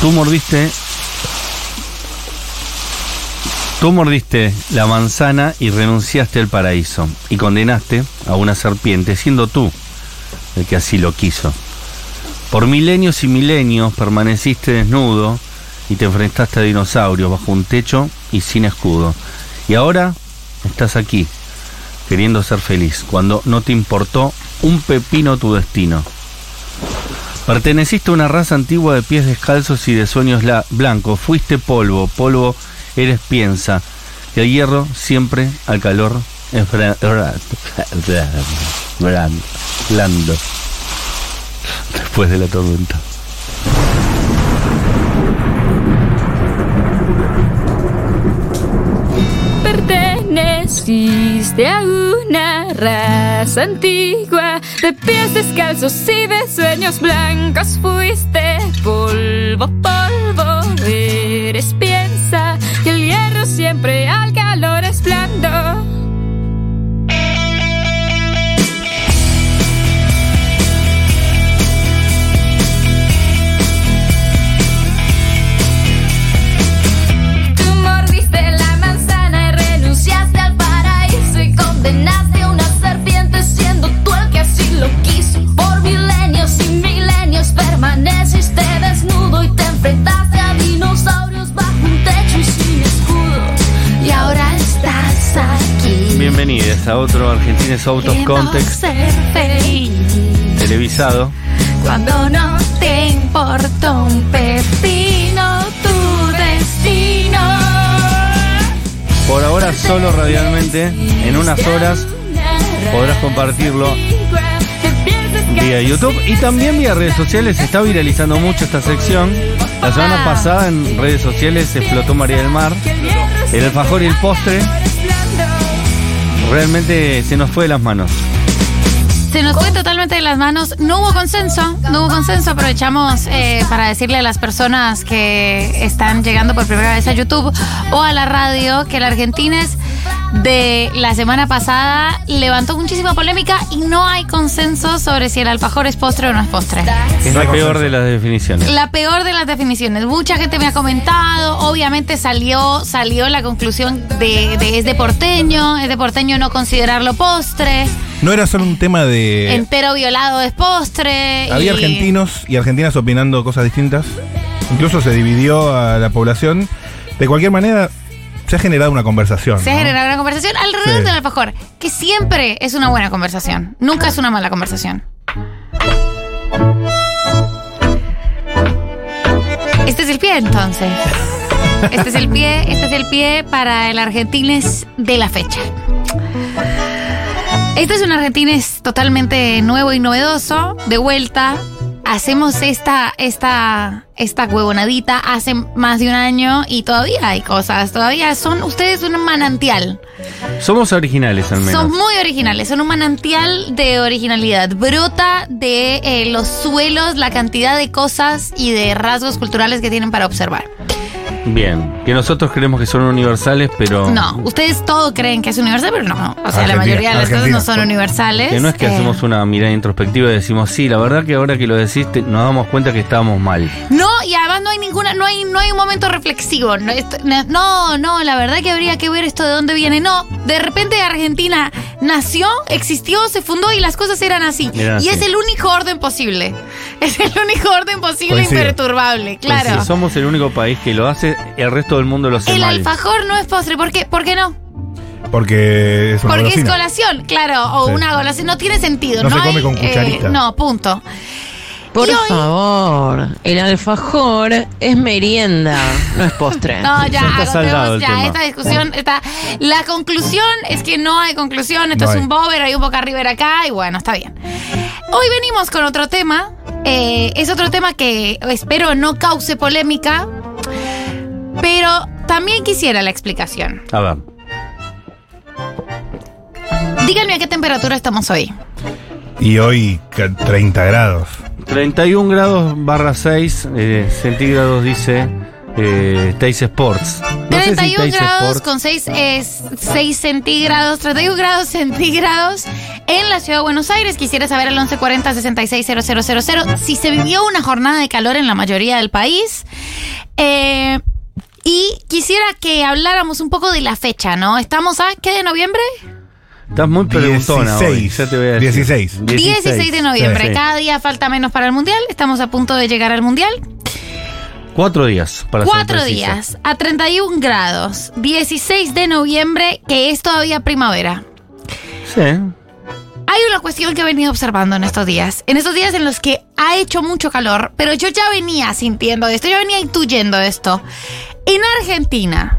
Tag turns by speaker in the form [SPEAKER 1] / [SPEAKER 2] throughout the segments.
[SPEAKER 1] Tú mordiste. Tú mordiste la manzana y renunciaste al paraíso y condenaste a una serpiente, siendo tú el que así lo quiso. Por milenios y milenios permaneciste desnudo y te enfrentaste a dinosaurios bajo un techo y sin escudo. Y ahora estás aquí, queriendo ser feliz, cuando no te importó un pepino tu destino. Perteneciste a una raza antigua de pies descalzos y de sueños la- blancos. Fuiste polvo, polvo eres piensa. Y el hierro siempre al calor es bra- bra- bra- bra- blando. Después de la tormenta.
[SPEAKER 2] Perteneciste a una raza antigua de pies descalzos y de sueños blancos. Fuiste polvo, polvo, eres piensa que el hierro siempre al calor es blando. Tú mordiste la manzana y renunciaste al paraíso y condenaste a una serpiente siendo tú el que así lo quiso. Por milenios y milenios permaneciste desnudo y te enfrentaste a dinosaurios bajo un techo y sin escudo. Y ahora estás aquí.
[SPEAKER 1] Bienvenidos a otro Argentines Autos Context
[SPEAKER 2] ser feliz.
[SPEAKER 1] televisado.
[SPEAKER 2] Cuando no te importa un pepino tu destino.
[SPEAKER 1] Por ahora solo radialmente, en unas horas podrás compartirlo vía YouTube y también vía redes sociales. Se está viralizando mucho esta sección. La
[SPEAKER 3] Ah.
[SPEAKER 1] semana pasada en redes sociales explotó María del Mar. El alfajor y el postre realmente se nos fue de las manos.
[SPEAKER 3] Se nos fue totalmente de las manos. No hubo consenso. No hubo consenso. Aprovechamos eh, para decirle a las personas que están llegando por primera vez a YouTube o a la radio que el Argentines de la semana pasada levantó muchísima polémica y no hay consenso sobre si el alfajor es postre o no es postre.
[SPEAKER 1] Es la peor de las definiciones.
[SPEAKER 3] La peor de las definiciones. Mucha gente me ha comentado. Obviamente salió, salió la conclusión de, de es de porteño. Es de porteño no considerarlo postre.
[SPEAKER 4] No era solo un tema de.
[SPEAKER 3] entero violado es postre.
[SPEAKER 4] Había
[SPEAKER 3] y-
[SPEAKER 4] argentinos y argentinas opinando cosas distintas. Incluso se dividió a la población. De cualquier manera, se ha generado una conversación.
[SPEAKER 3] Se ha
[SPEAKER 4] ¿no?
[SPEAKER 3] generado una conversación alrededor
[SPEAKER 4] Sí.
[SPEAKER 3] del alfajor, que siempre es una buena conversación. Nunca es una mala conversación. Este es el pie, entonces. Este es el pie, este es el pie para el Argentines de la fecha. Este es un Argentines totalmente nuevo y novedoso. De vuelta, hacemos esta, esta, esta huevonadita hace más de un año y todavía hay cosas. Todavía son ustedes un manantial.
[SPEAKER 1] Somos originales al menos.
[SPEAKER 3] Son muy originales, son un manantial de originalidad. Brota de eh, los suelos, la cantidad de cosas y de rasgos culturales que tienen para observar.
[SPEAKER 1] Bien. Que nosotros creemos que son universales, pero
[SPEAKER 3] No, ustedes todo creen que es universal, pero no. O sea, la
[SPEAKER 4] Oh. Argentina,
[SPEAKER 3] mayoría de las cosas
[SPEAKER 4] Argentina.
[SPEAKER 3] no son universales.
[SPEAKER 1] que no es que
[SPEAKER 3] Eh,
[SPEAKER 1] hacemos una mirada introspectiva y decimos, sí, la verdad que ahora que lo decís te- nos damos cuenta que estábamos mal.
[SPEAKER 3] No, y además no hay ninguna, no hay, no hay un momento reflexivo. No, est- no, no, la verdad que habría que ver esto de dónde viene. No, de repente Argentina nació, existió, se fundó y las cosas eran así.
[SPEAKER 1] Eran
[SPEAKER 3] y
[SPEAKER 1] así.
[SPEAKER 3] es el único orden posible. Es el único orden posible e
[SPEAKER 4] Coincido.
[SPEAKER 3] imperturbable,
[SPEAKER 1] Pues
[SPEAKER 3] claro.
[SPEAKER 1] si somos el único país que lo hace, el resto del mundo lo hace
[SPEAKER 3] el
[SPEAKER 1] mal.
[SPEAKER 3] alfajor no es postre, ¿por qué? ¿Por qué no?
[SPEAKER 4] Porque es una
[SPEAKER 3] Porque es
[SPEAKER 4] golosina.
[SPEAKER 3] colación, claro, o
[SPEAKER 4] Sí.
[SPEAKER 3] una golosina, no tiene sentido.
[SPEAKER 4] No se come
[SPEAKER 3] hay,
[SPEAKER 4] con
[SPEAKER 3] eh,
[SPEAKER 4] cucharita.
[SPEAKER 3] no, punto.
[SPEAKER 5] Por
[SPEAKER 3] Y hoy-
[SPEAKER 5] favor, el alfajor es merienda, no es postre.
[SPEAKER 3] No, ya,
[SPEAKER 1] está
[SPEAKER 3] agotemos
[SPEAKER 1] saldado el
[SPEAKER 3] ya
[SPEAKER 1] tema.
[SPEAKER 3] esta discusión. Está, la conclusión es que no hay conclusión. Esto
[SPEAKER 4] No
[SPEAKER 3] es
[SPEAKER 4] hay.
[SPEAKER 3] un bober, hay un boca river acá y bueno, está bien. Hoy venimos con otro tema. eh, es otro tema que espero no cause polémica, pero también quisiera la explicación.
[SPEAKER 1] A ver.
[SPEAKER 3] Díganme a qué temperatura estamos hoy.
[SPEAKER 4] Y hoy, ca- 30 grados.
[SPEAKER 1] 31 grados barra 6 eh, centígrados dice eh, Tays Sports. No sé si
[SPEAKER 3] 31
[SPEAKER 1] Tays
[SPEAKER 3] grados
[SPEAKER 1] Sports-
[SPEAKER 3] con 6, es 6 centígrados, 31 grados centígrados en la ciudad de Buenos Aires. Quisiera saber al 1140 660000 si se vivió una jornada de calor en la mayoría del país. Eh, y quisiera que habláramos un poco de la fecha, ¿no? ¿Estamos a qué de noviembre?
[SPEAKER 1] Estás muy preguntona hoy,
[SPEAKER 4] 16,
[SPEAKER 1] ya te voy a decir.
[SPEAKER 4] 16.
[SPEAKER 3] 16, de noviembre.
[SPEAKER 1] Sí.
[SPEAKER 3] Cada día falta menos para el Mundial. Estamos a punto de llegar al Mundial.
[SPEAKER 1] Cuatro días para ser
[SPEAKER 3] Cuatro
[SPEAKER 1] preciso.
[SPEAKER 3] días a 31 grados. 16 de noviembre, que es todavía primavera.
[SPEAKER 1] Sí.
[SPEAKER 3] Hay una cuestión que he venido observando en estos días. En estos días en los que ha hecho mucho calor, pero yo ya venía sintiendo esto, yo venía intuyendo esto. En Argentina,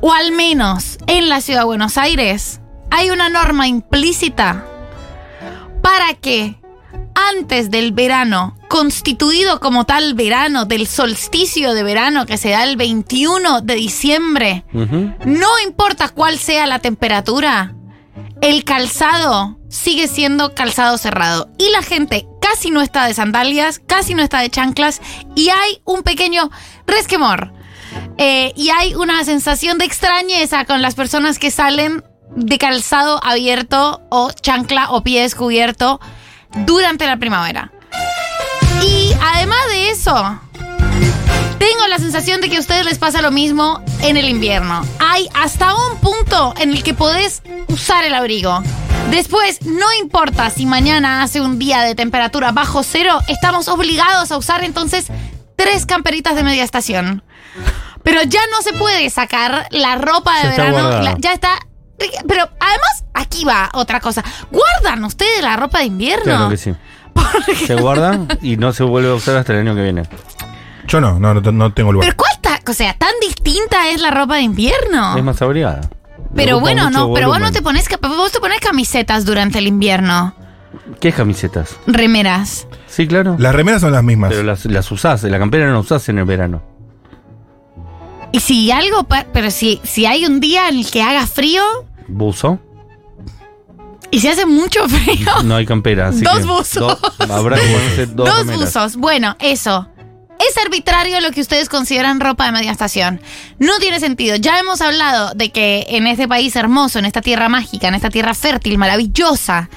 [SPEAKER 3] o al menos en la ciudad de Buenos Aires, hay una norma implícita para que antes del verano, constituido como tal verano, del solsticio de verano que se da el 21 de diciembre,
[SPEAKER 1] Ujú.
[SPEAKER 3] no importa cuál sea la temperatura, el calzado sigue siendo calzado cerrado. Y la gente casi no está de sandalias, casi no está de chanclas y hay un pequeño resquemor. Eh, y hay una sensación de extrañeza con las personas que salen de calzado abierto o chancla o pie descubierto durante la primavera. Y además de eso, tengo la sensación de que a ustedes les pasa lo mismo en el invierno. Hay hasta un punto en el que podés usar el abrigo. Después, no importa si mañana hace un día de temperatura bajo cero, estamos obligados a usar entonces tres camperitas de media estación. Pero ya no se puede sacar la ropa de
[SPEAKER 1] Ya está
[SPEAKER 3] verano.
[SPEAKER 1] guardada.
[SPEAKER 3] la- ya está. Pero además, aquí va otra cosa. ¿Guardan ustedes la ropa de invierno?
[SPEAKER 1] Claro que sí. Se guarda y no se vuelve a usar hasta el año que viene.
[SPEAKER 4] Yo no, no, no, no tengo lugar.
[SPEAKER 3] Pero cuánta, o sea, tan distinta es la ropa de invierno.
[SPEAKER 1] Es más abrigada.
[SPEAKER 3] Ah. Pero
[SPEAKER 1] Ocupa
[SPEAKER 3] bueno,
[SPEAKER 1] mucho
[SPEAKER 3] no, pero vos
[SPEAKER 1] volumen.
[SPEAKER 3] no te pones capa- vos te pones camisetas durante el invierno,
[SPEAKER 1] ¿Qué es camisetas?
[SPEAKER 3] remeras.
[SPEAKER 1] Sí, claro.
[SPEAKER 4] Las remeras son las mismas.
[SPEAKER 1] Pero las, las usás, la campera no la usás en el verano.
[SPEAKER 3] Y si algo, pa- pero si si hay un día en el que haga frío
[SPEAKER 1] ¿Buzo?
[SPEAKER 3] y si hace mucho frío,
[SPEAKER 1] No hay campera. Así
[SPEAKER 3] Dos
[SPEAKER 1] que
[SPEAKER 3] buzos.
[SPEAKER 1] do- habrá que ponerse dos,
[SPEAKER 3] dos
[SPEAKER 1] remeras.
[SPEAKER 3] buzos. Bueno, eso. Es arbitrario lo que ustedes consideran ropa de media estación. No tiene sentido. Ya hemos hablado de que en este país hermoso, en esta tierra mágica, en esta tierra fértil, maravillosa,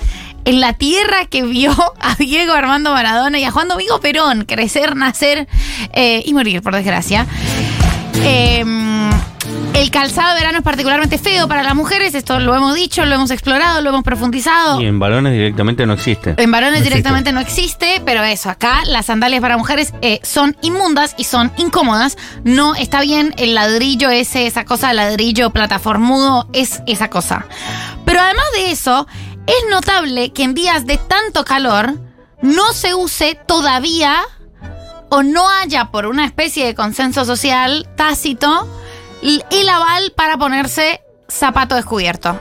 [SPEAKER 3] en la tierra que vio a Diego Armando Maradona y a Juan Domingo Perón crecer, nacer eh, y morir, por desgracia. Eh, el calzado de verano es particularmente feo para las mujeres. Esto lo hemos dicho, lo hemos explorado, lo hemos profundizado.
[SPEAKER 1] Y en varones directamente no existe.
[SPEAKER 3] En varones
[SPEAKER 4] No existe.
[SPEAKER 3] directamente no existe, pero eso, acá las sandalias para mujeres eh, son inmundas y son incómodas. No está bien el ladrillo ese, esa cosa, ladrillo plataformudo, es esa cosa. Pero además de eso, es notable que en días de tanto calor no se use todavía o no haya por una especie de consenso social tácito l- el aval para ponerse zapato descubierto.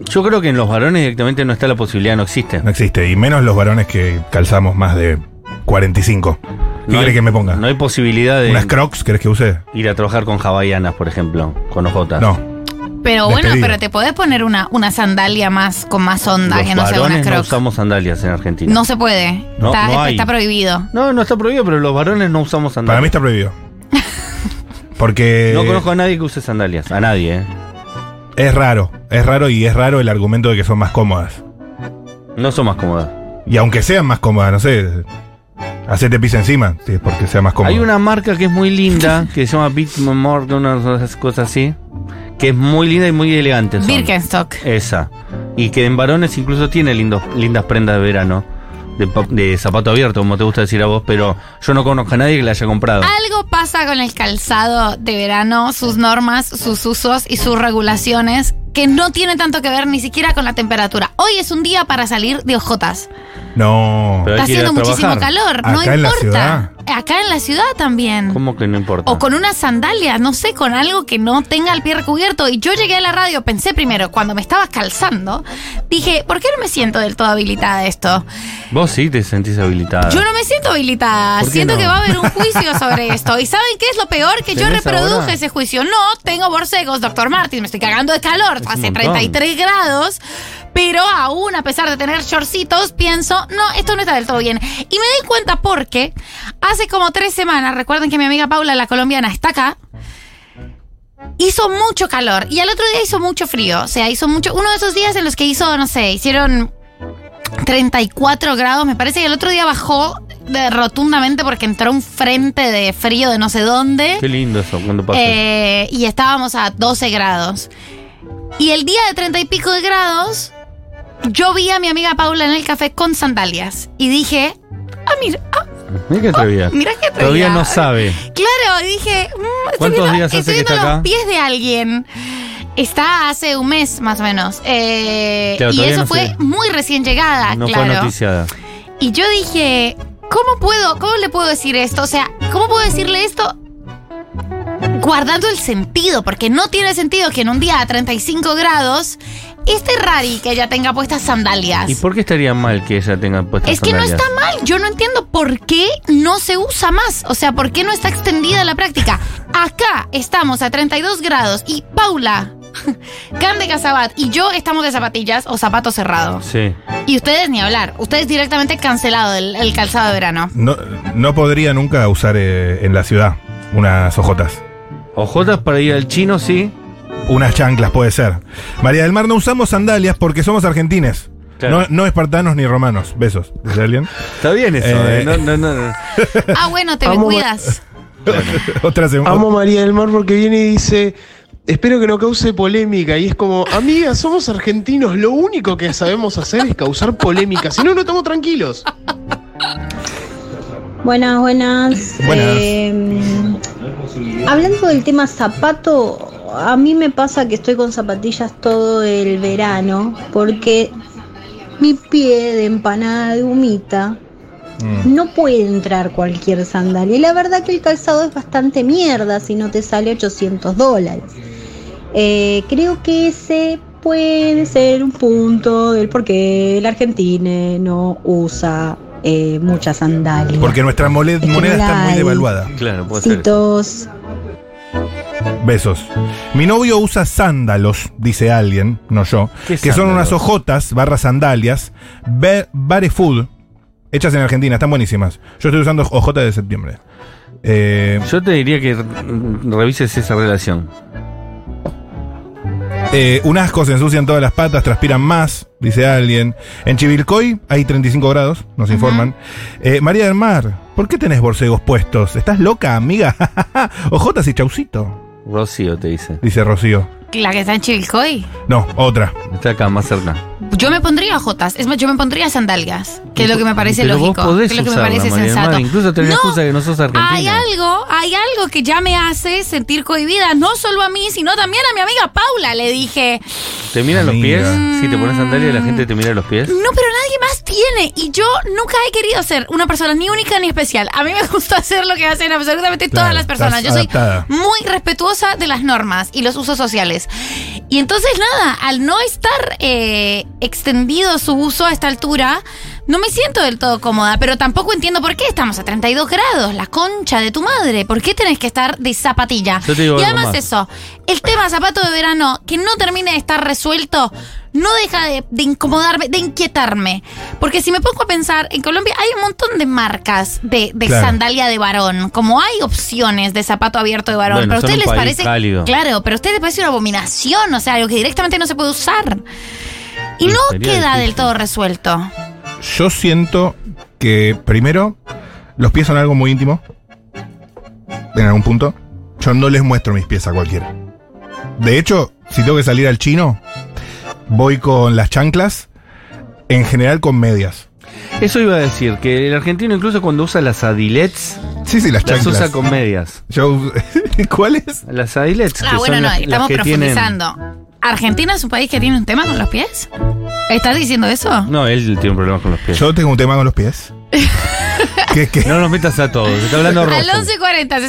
[SPEAKER 1] Yo creo que en los varones directamente no está la posibilidad, no existe.
[SPEAKER 4] No existe. Y menos los varones que calzamos más de 45. ¿Qué
[SPEAKER 1] No
[SPEAKER 4] querés
[SPEAKER 1] hay-
[SPEAKER 4] que me ponga?
[SPEAKER 1] No hay posibilidad de
[SPEAKER 4] ¿Unas crocs querés que use?
[SPEAKER 1] ir a trabajar con hawaianas, por ejemplo, con ojotas.
[SPEAKER 4] No.
[SPEAKER 3] Pero bueno,
[SPEAKER 4] Despedido.
[SPEAKER 3] pero te podés poner una, una sandalia más con más onda
[SPEAKER 1] Los
[SPEAKER 3] Mm, que no sea una
[SPEAKER 1] varones no
[SPEAKER 3] crocs. No,
[SPEAKER 1] usamos sandalias en Argentina.
[SPEAKER 3] se puede.
[SPEAKER 1] No,
[SPEAKER 3] está,
[SPEAKER 1] no
[SPEAKER 3] está-
[SPEAKER 1] hay.
[SPEAKER 3] está prohibido.
[SPEAKER 1] no, no está prohibido, pero los varones no usamos
[SPEAKER 4] Para mí
[SPEAKER 1] sandalias.
[SPEAKER 4] eh, está prohibido. Porque
[SPEAKER 1] no conozco a nadie que use sandalias, a nadie. ¿eh?
[SPEAKER 4] es raro. Es raro y es raro el argumento de que son más cómodas.
[SPEAKER 1] No son más cómodas.
[SPEAKER 4] Y aunque sean más cómodas, no sé. Hacete pis encima, sí, porque sea más cómodo.
[SPEAKER 1] Hay una marca que es muy linda, que se llama Bitmore, una de esas cosas así, que es muy linda y muy elegante. son.
[SPEAKER 3] Birkenstock.
[SPEAKER 1] Esa. Y que en varones incluso tiene lindos, lindas prendas de verano, de, pa- de zapato abierto, como te gusta decir a vos, pero yo no conozco a nadie que la haya comprado.
[SPEAKER 3] Algo pasa con el calzado de verano, sus normas, sus usos y sus regulaciones que no tienen tanto que ver ni siquiera con la temperatura. Hoy es un día para salir de ojotas.
[SPEAKER 4] No.
[SPEAKER 1] Pero- hay
[SPEAKER 3] Está
[SPEAKER 1] que ir a
[SPEAKER 3] haciendo muchísimo
[SPEAKER 1] trabajar.
[SPEAKER 3] calor, no
[SPEAKER 4] Acá en la
[SPEAKER 3] importa. Acá en la ciudad también.
[SPEAKER 1] ¿Cómo que no importa?
[SPEAKER 3] O con unas sandalias, no sé, con algo que no tenga el pie recubierto. Y yo llegué a la radio, pensé primero, cuando me estaba calzando, dije, ¿por qué no me siento del todo habilitada a esto?
[SPEAKER 1] Vos sí te sentís habilitada.
[SPEAKER 3] Yo no me siento habilitada.
[SPEAKER 1] ¿Por qué
[SPEAKER 3] Siento
[SPEAKER 1] no?
[SPEAKER 3] que va a haber un juicio sobre esto. ¿Y saben qué es lo peor? Que yo
[SPEAKER 1] ¿Tenés
[SPEAKER 3] reproduje
[SPEAKER 1] ahora?
[SPEAKER 3] ese juicio. No, tengo borcegos, doctor Martín. Me estoy cagando de calor.
[SPEAKER 1] Es un
[SPEAKER 3] Hace
[SPEAKER 1] montón.
[SPEAKER 3] 33 grados. Pero aún, a pesar de tener shortcitos, pienso, no, esto no está del todo bien. Y me di cuenta porque hace como tres semanas, recuerden que mi amiga Paula, la colombiana, está acá. Hizo mucho calor y al otro día hizo mucho frío. O sea, hizo mucho. Uno de esos días en los que hizo, no sé, hicieron 34 grados, me parece, y el otro día bajó de- rotundamente porque entró un frente de frío de no sé dónde.
[SPEAKER 1] Qué lindo eso cuando pasó.
[SPEAKER 3] Eh, y estábamos a 12 grados. Y el día de 30 y pico de grados, yo vi a mi amiga Paula en el café con sandalias. Y dije, ah, mira, ah,
[SPEAKER 1] Mira qué atrevida.
[SPEAKER 3] mira qué oh, atrevida.
[SPEAKER 1] Todavía no sabe.
[SPEAKER 3] Claro, dije, mm, estoy
[SPEAKER 1] ¿Cuántos
[SPEAKER 3] viendo-
[SPEAKER 1] días hace
[SPEAKER 3] estoy
[SPEAKER 1] que
[SPEAKER 3] viendo
[SPEAKER 1] está
[SPEAKER 3] los
[SPEAKER 1] acá?
[SPEAKER 3] pies de alguien. Está hace un mes más o menos. Eh,
[SPEAKER 1] Claro,
[SPEAKER 3] y
[SPEAKER 1] todavía
[SPEAKER 3] eso
[SPEAKER 1] no
[SPEAKER 3] fue
[SPEAKER 1] se-
[SPEAKER 3] muy recién llegada,
[SPEAKER 1] No
[SPEAKER 3] Ah, claro.
[SPEAKER 1] fue noticiada.
[SPEAKER 3] Y yo dije, ¿cómo puedo, cómo le puedo decir esto? O sea, ¿cómo puedo decirle esto? Guardando el sentido, porque no tiene sentido que en un día a 35 grados este rari que ella tenga puestas sandalias.
[SPEAKER 1] ¿Y por qué estaría mal que ella tenga puestas
[SPEAKER 3] Es que no
[SPEAKER 1] sandalias?
[SPEAKER 3] está mal, yo no entiendo por qué no se usa más, o sea, por qué no está extendida la práctica. Acá estamos a 32 grados y Paula, Can de Casabat y yo estamos de zapatillas o zapatos cerrados.
[SPEAKER 1] Sí.
[SPEAKER 3] Y ustedes ni hablar, ustedes directamente cancelado el, el calzado de verano.
[SPEAKER 4] No, no podría nunca usar eh, en la ciudad unas ojotas.
[SPEAKER 1] Ojotas para ir al chino, sí.
[SPEAKER 4] Unas chanclas, puede ser. María del Mar, no usamos sandalias porque somos argentines.
[SPEAKER 1] Claro.
[SPEAKER 4] No, no espartanos ni romanos. Besos. ¿Dice alguien?
[SPEAKER 1] Está bien eso,
[SPEAKER 4] Eh.
[SPEAKER 1] ¿eh? No, no, no, no.
[SPEAKER 3] Ah, bueno, te me
[SPEAKER 6] Amo-
[SPEAKER 3] cuidas.
[SPEAKER 4] Otra semana.
[SPEAKER 6] Amo a María del Mar porque viene y dice, espero que no cause polémica. Y es como, amiga, somos argentinos, lo único que sabemos hacer es causar polémica, si no, no estamos tranquilos.
[SPEAKER 7] Buenas, buenas.
[SPEAKER 4] Buenas.
[SPEAKER 7] Eh, hablando del tema zapato, a mí me pasa que estoy con zapatillas todo el verano porque mi pie de empanada de humita
[SPEAKER 4] Mm.
[SPEAKER 7] no puede entrar cualquier sandalia. Y la verdad que el calzado es bastante mierda si no te sale 800 dólares. Eh, creo que ese puede ser un punto del por qué el argentino no usa eh, muchas sandalias.
[SPEAKER 4] Porque nuestra mole-
[SPEAKER 7] que
[SPEAKER 4] moneda
[SPEAKER 7] no la
[SPEAKER 4] está muy
[SPEAKER 7] hay.
[SPEAKER 4] devaluada.
[SPEAKER 1] Claro, puede ser.
[SPEAKER 7] Citos.
[SPEAKER 4] Besos. Mi novio usa sándalos, dice alguien, no yo,
[SPEAKER 1] ¿Qué
[SPEAKER 4] que son
[SPEAKER 1] sándalos?
[SPEAKER 4] unas ojotas barra sandalias, be- barefoot, hechas en Argentina, están buenísimas. Yo estoy usando ojotas de septiembre. Eh,
[SPEAKER 1] Yo te diría que mm, revises esa relación.
[SPEAKER 4] eh, un asco, se ensucian todas las patas, transpiran más, dice alguien. En Chivilcoy hay 35 grados, nos informan. Eh, María del Mar, ¿por qué tenés borcegos puestos? ¿Estás loca, amiga? ojotas y chaucito,
[SPEAKER 1] Rocío te dice.
[SPEAKER 4] dice Rocío.
[SPEAKER 3] La que está en Chivilcoy.
[SPEAKER 4] No, otra.
[SPEAKER 1] Está acá, más cerca.
[SPEAKER 3] Yo me pondría jotas, es más, yo me pondría sandalias, que es lo que me parece
[SPEAKER 1] Pero
[SPEAKER 3] lógico,
[SPEAKER 1] Vos podés
[SPEAKER 3] que es lo que me
[SPEAKER 1] usarla,
[SPEAKER 3] parece
[SPEAKER 1] María del Mar.
[SPEAKER 3] sensato.
[SPEAKER 1] Incluso tenés la
[SPEAKER 3] No,
[SPEAKER 1] excusa que no sos argentina.
[SPEAKER 3] Hay algo, hay algo que ya me hace sentir cohibida, no solo a mí, sino también a mi amiga Paula. Le dije,
[SPEAKER 1] ¿Te miran los
[SPEAKER 4] Amiga.
[SPEAKER 1] pies? Si te pones sandalias, la gente te mira los pies.
[SPEAKER 3] no, pero nadie más tiene. Y yo nunca he querido ser una persona ni única ni especial. A mí me gusta hacer lo que hacen absolutamente
[SPEAKER 4] Claro,
[SPEAKER 3] todas las personas. Yo
[SPEAKER 4] estás
[SPEAKER 3] soy
[SPEAKER 4] adaptada.
[SPEAKER 3] muy respetuosa de las normas y los usos sociales. Y entonces, nada, al no estar eh, extendido su uso a esta altura, no me siento del todo cómoda, pero tampoco entiendo por qué estamos a 32 grados, la concha de tu madre. ¿Por qué tenés que estar de zapatilla?
[SPEAKER 1] Yo te digo
[SPEAKER 3] y
[SPEAKER 1] algo
[SPEAKER 3] además,
[SPEAKER 1] más.
[SPEAKER 3] eso, el tema zapato de verano que no termine de estar resuelto. No deja de, de incomodarme, de inquietarme. Porque si me pongo a pensar, en Colombia hay un montón de marcas de, de
[SPEAKER 4] Claro.
[SPEAKER 3] sandalia de varón. Como hay opciones de zapato abierto de varón.
[SPEAKER 1] Bueno,
[SPEAKER 3] pero a
[SPEAKER 1] son
[SPEAKER 3] ustedes
[SPEAKER 1] un
[SPEAKER 3] les
[SPEAKER 1] país
[SPEAKER 3] parece.
[SPEAKER 1] cálido.
[SPEAKER 3] Claro, pero a ustedes les parece una abominación, o sea, algo que directamente no se puede usar. Y
[SPEAKER 1] Y
[SPEAKER 3] no
[SPEAKER 1] sería
[SPEAKER 3] queda
[SPEAKER 1] difícil.
[SPEAKER 3] del todo resuelto.
[SPEAKER 4] Yo siento que, primero, los pies son algo muy íntimo. En algún punto. Yo no les muestro mis pies a cualquiera. De hecho, si tengo que salir al chino, voy con las chanclas, en general con medias.
[SPEAKER 1] Eso iba a decir, que el argentino incluso cuando usa las adilets,
[SPEAKER 4] Sí, sí, las
[SPEAKER 1] las
[SPEAKER 4] chanclas.
[SPEAKER 1] usa con medias.
[SPEAKER 4] Yo- ¿Cuáles?
[SPEAKER 1] Las adilets.
[SPEAKER 3] Ah,
[SPEAKER 1] que
[SPEAKER 3] bueno,
[SPEAKER 1] son
[SPEAKER 3] no,
[SPEAKER 1] las- las
[SPEAKER 3] estamos
[SPEAKER 1] que tienen-
[SPEAKER 3] profundizando. ¿Argentina es un país que tiene un tema con los pies? ¿Estás diciendo eso?
[SPEAKER 1] No, él tiene problemas con los pies.
[SPEAKER 4] Yo tengo un tema con los pies. que, que-
[SPEAKER 1] No nos metas a todos, está hablando
[SPEAKER 3] Al
[SPEAKER 1] Rocío.
[SPEAKER 3] 1140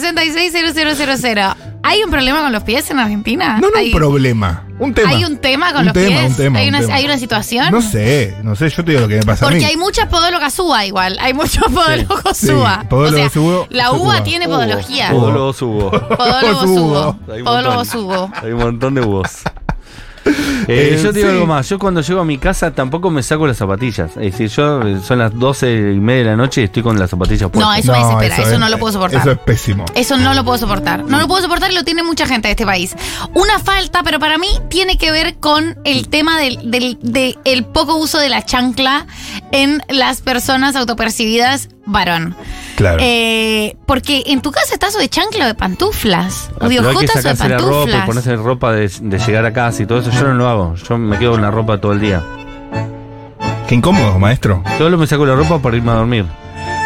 [SPEAKER 3] 660000. ¿Hay un problema con los pies en Argentina?
[SPEAKER 4] no, no
[SPEAKER 3] ¿Hay,
[SPEAKER 4] un problema. Un tema.
[SPEAKER 3] ¿Hay un tema con
[SPEAKER 4] Un
[SPEAKER 3] los
[SPEAKER 4] tema,
[SPEAKER 3] pies?
[SPEAKER 4] un tema,
[SPEAKER 3] ¿Hay,
[SPEAKER 4] un
[SPEAKER 3] una,
[SPEAKER 4] tema.
[SPEAKER 3] ¿Hay una situación?
[SPEAKER 4] No sé, no sé, yo te digo lo que me pasa a
[SPEAKER 3] Porque
[SPEAKER 4] mí.
[SPEAKER 3] hay muchas podólogos uva igual. Hay muchos podólogos
[SPEAKER 4] Sí,
[SPEAKER 3] uva.
[SPEAKER 4] podólogos
[SPEAKER 3] o sea,
[SPEAKER 4] uva,
[SPEAKER 3] la uva
[SPEAKER 4] uva.
[SPEAKER 3] tiene podología.
[SPEAKER 4] oh,
[SPEAKER 1] Hubo, Hubo, los hubo.
[SPEAKER 3] Podólogos
[SPEAKER 4] Hubo.
[SPEAKER 3] hubo.
[SPEAKER 1] Hay un
[SPEAKER 3] Podólogos
[SPEAKER 1] montón.
[SPEAKER 3] hubo.
[SPEAKER 1] Hay un montón de voz. Eh,
[SPEAKER 4] Eh,
[SPEAKER 1] yo te digo
[SPEAKER 4] sí.
[SPEAKER 1] algo más. Yo cuando llego a mi casa tampoco me saco las zapatillas. Es decir, yo eh, son las 12 y media de la noche y estoy con las zapatillas
[SPEAKER 3] No,
[SPEAKER 1] puestas.
[SPEAKER 3] eso me desespera, eso,
[SPEAKER 4] es-
[SPEAKER 3] no lo puedo soportar.
[SPEAKER 4] Eso es pésimo.
[SPEAKER 3] Eso no lo puedo soportar. No lo puedo soportar y lo tiene mucha gente de este país. Una falta, pero para mí tiene que ver con el tema del, del- de el poco uso de la chancla en las personas autopercibidas varón.
[SPEAKER 4] Claro.
[SPEAKER 3] Eh, porque en tu casa estás o de chancla o de pantuflas. O
[SPEAKER 1] Ah,
[SPEAKER 3] de
[SPEAKER 1] pero hay que
[SPEAKER 3] ojotas o de
[SPEAKER 1] sacarse la ropa y
[SPEAKER 3] pantuflas.
[SPEAKER 1] ponerse ropa de, de llegar a casa y todo eso. Yo no lo hago. Yo me quedo con la ropa todo el día.
[SPEAKER 4] Qué incómodo, maestro.
[SPEAKER 1] Solo me saco la ropa para irme a dormir.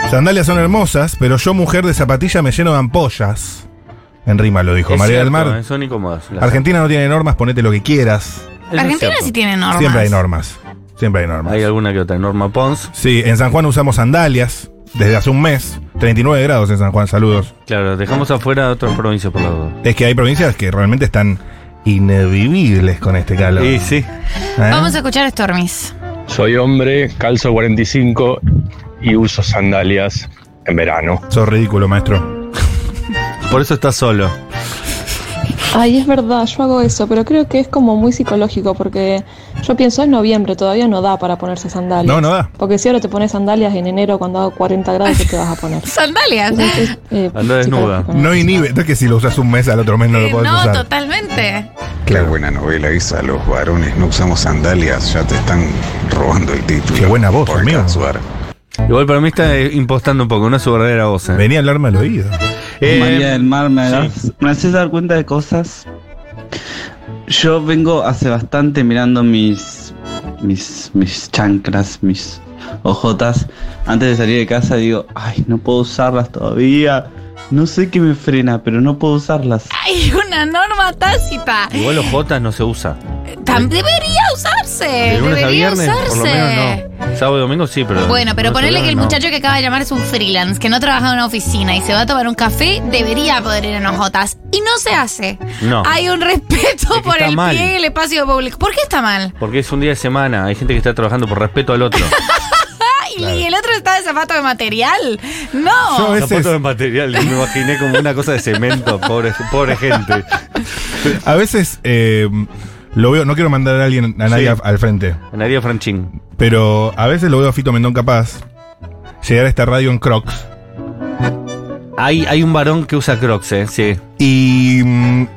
[SPEAKER 4] Sandalias son hermosas, pero yo, mujer de zapatilla, me lleno de ampollas. En rima lo dijo
[SPEAKER 1] Es
[SPEAKER 4] María del
[SPEAKER 1] cierto,
[SPEAKER 4] Mar.
[SPEAKER 1] eh, son incómodas. las-
[SPEAKER 4] Argentina no tiene normas, ponete lo que quieras.
[SPEAKER 1] Eso es
[SPEAKER 3] Argentina
[SPEAKER 1] cierto.
[SPEAKER 3] sí tiene normas.
[SPEAKER 4] Siempre hay normas. Siempre hay normas.
[SPEAKER 1] Hay alguna que otra. Norma Pons.
[SPEAKER 4] Sí, en San Juan usamos sandalias desde hace un mes. 39 grados en San Juan, saludos.
[SPEAKER 1] Claro, dejamos afuera de otras provincias por la duda.
[SPEAKER 4] Es que hay provincias que realmente están invivibles con este calor.
[SPEAKER 1] Y sí.
[SPEAKER 4] ¿Eh?
[SPEAKER 3] Vamos a escuchar a Stormis.
[SPEAKER 8] Soy hombre, calzo 45 y uso sandalias en verano.
[SPEAKER 4] Sos ridículo, maestro.
[SPEAKER 1] Por eso está solo.
[SPEAKER 9] Ay, es verdad, yo hago eso, pero creo que es como muy psicológico porque yo pienso es noviembre, todavía no da para ponerse sandalias.
[SPEAKER 4] No, no da.
[SPEAKER 9] Porque si ahora te pones sandalias en enero cuando hago 40 grados, ¿qué te vas a poner?
[SPEAKER 3] Sandalias.
[SPEAKER 9] Entonces, eh,
[SPEAKER 1] Anda desnuda.
[SPEAKER 9] psicológico,
[SPEAKER 4] No inhibe. No es que si lo usas un mes al otro mes no lo
[SPEAKER 3] Eh,
[SPEAKER 4] podés
[SPEAKER 3] no,
[SPEAKER 4] usar.
[SPEAKER 3] totalmente.
[SPEAKER 10] Qué buena novela esa, los varones no usamos sandalias, ya te están robando el título.
[SPEAKER 4] Qué buena voz,
[SPEAKER 10] Por
[SPEAKER 4] amigo.
[SPEAKER 10] casuar.
[SPEAKER 1] Igual para mí está eh, impostando un poco, no es su verdadera voz. eh.
[SPEAKER 4] Venía a hablarme al oído.
[SPEAKER 1] Eh,
[SPEAKER 11] María del Mar, me, das- me haces dar cuenta de cosas. Yo vengo hace bastante mirando mis, mis, mis chanclas, mis ojotas. Antes de salir de casa digo, ay, no puedo usarlas todavía. No sé qué me frena, pero no puedo usarlas.
[SPEAKER 3] Hay una norma tácita.
[SPEAKER 1] Igual los Jotas no se usa.
[SPEAKER 3] Tam- debería usarse.
[SPEAKER 1] De lunes a
[SPEAKER 3] Eh, debería
[SPEAKER 1] viernes,
[SPEAKER 3] usarse.
[SPEAKER 1] por lo menos no. Sábado y domingo sí, pero.
[SPEAKER 3] Bueno, pero
[SPEAKER 1] no,
[SPEAKER 3] ponerle que el
[SPEAKER 1] no.
[SPEAKER 3] muchacho que acaba de llamar es un freelance, que no trabaja en una oficina y se va a tomar un café, debería poder ir en ojotas. Y no se hace.
[SPEAKER 1] No.
[SPEAKER 3] Hay un respeto
[SPEAKER 1] que
[SPEAKER 3] por
[SPEAKER 1] está
[SPEAKER 3] el
[SPEAKER 1] mal.
[SPEAKER 3] pie y el espacio público. ¿Por qué está mal?
[SPEAKER 1] Porque es un día de semana, hay gente que está trabajando por respeto al otro.
[SPEAKER 3] Ah, y, y el otro está de zapato de material. No.
[SPEAKER 4] Yo- A veces-
[SPEAKER 1] Zapatos de material, me imaginé como una cosa de cemento, pobre, pobre gente.
[SPEAKER 4] A veces eh, lo veo, no quiero mandar a alguien, a nadie
[SPEAKER 1] Sí.
[SPEAKER 4] a- al frente,
[SPEAKER 1] Nadia Franchín.
[SPEAKER 4] pero a veces lo veo a Fito Mendón capaz llegar a esta radio en Crocs
[SPEAKER 1] Hay, hay un varón que usa Crocs, eh, sí.
[SPEAKER 4] y mm,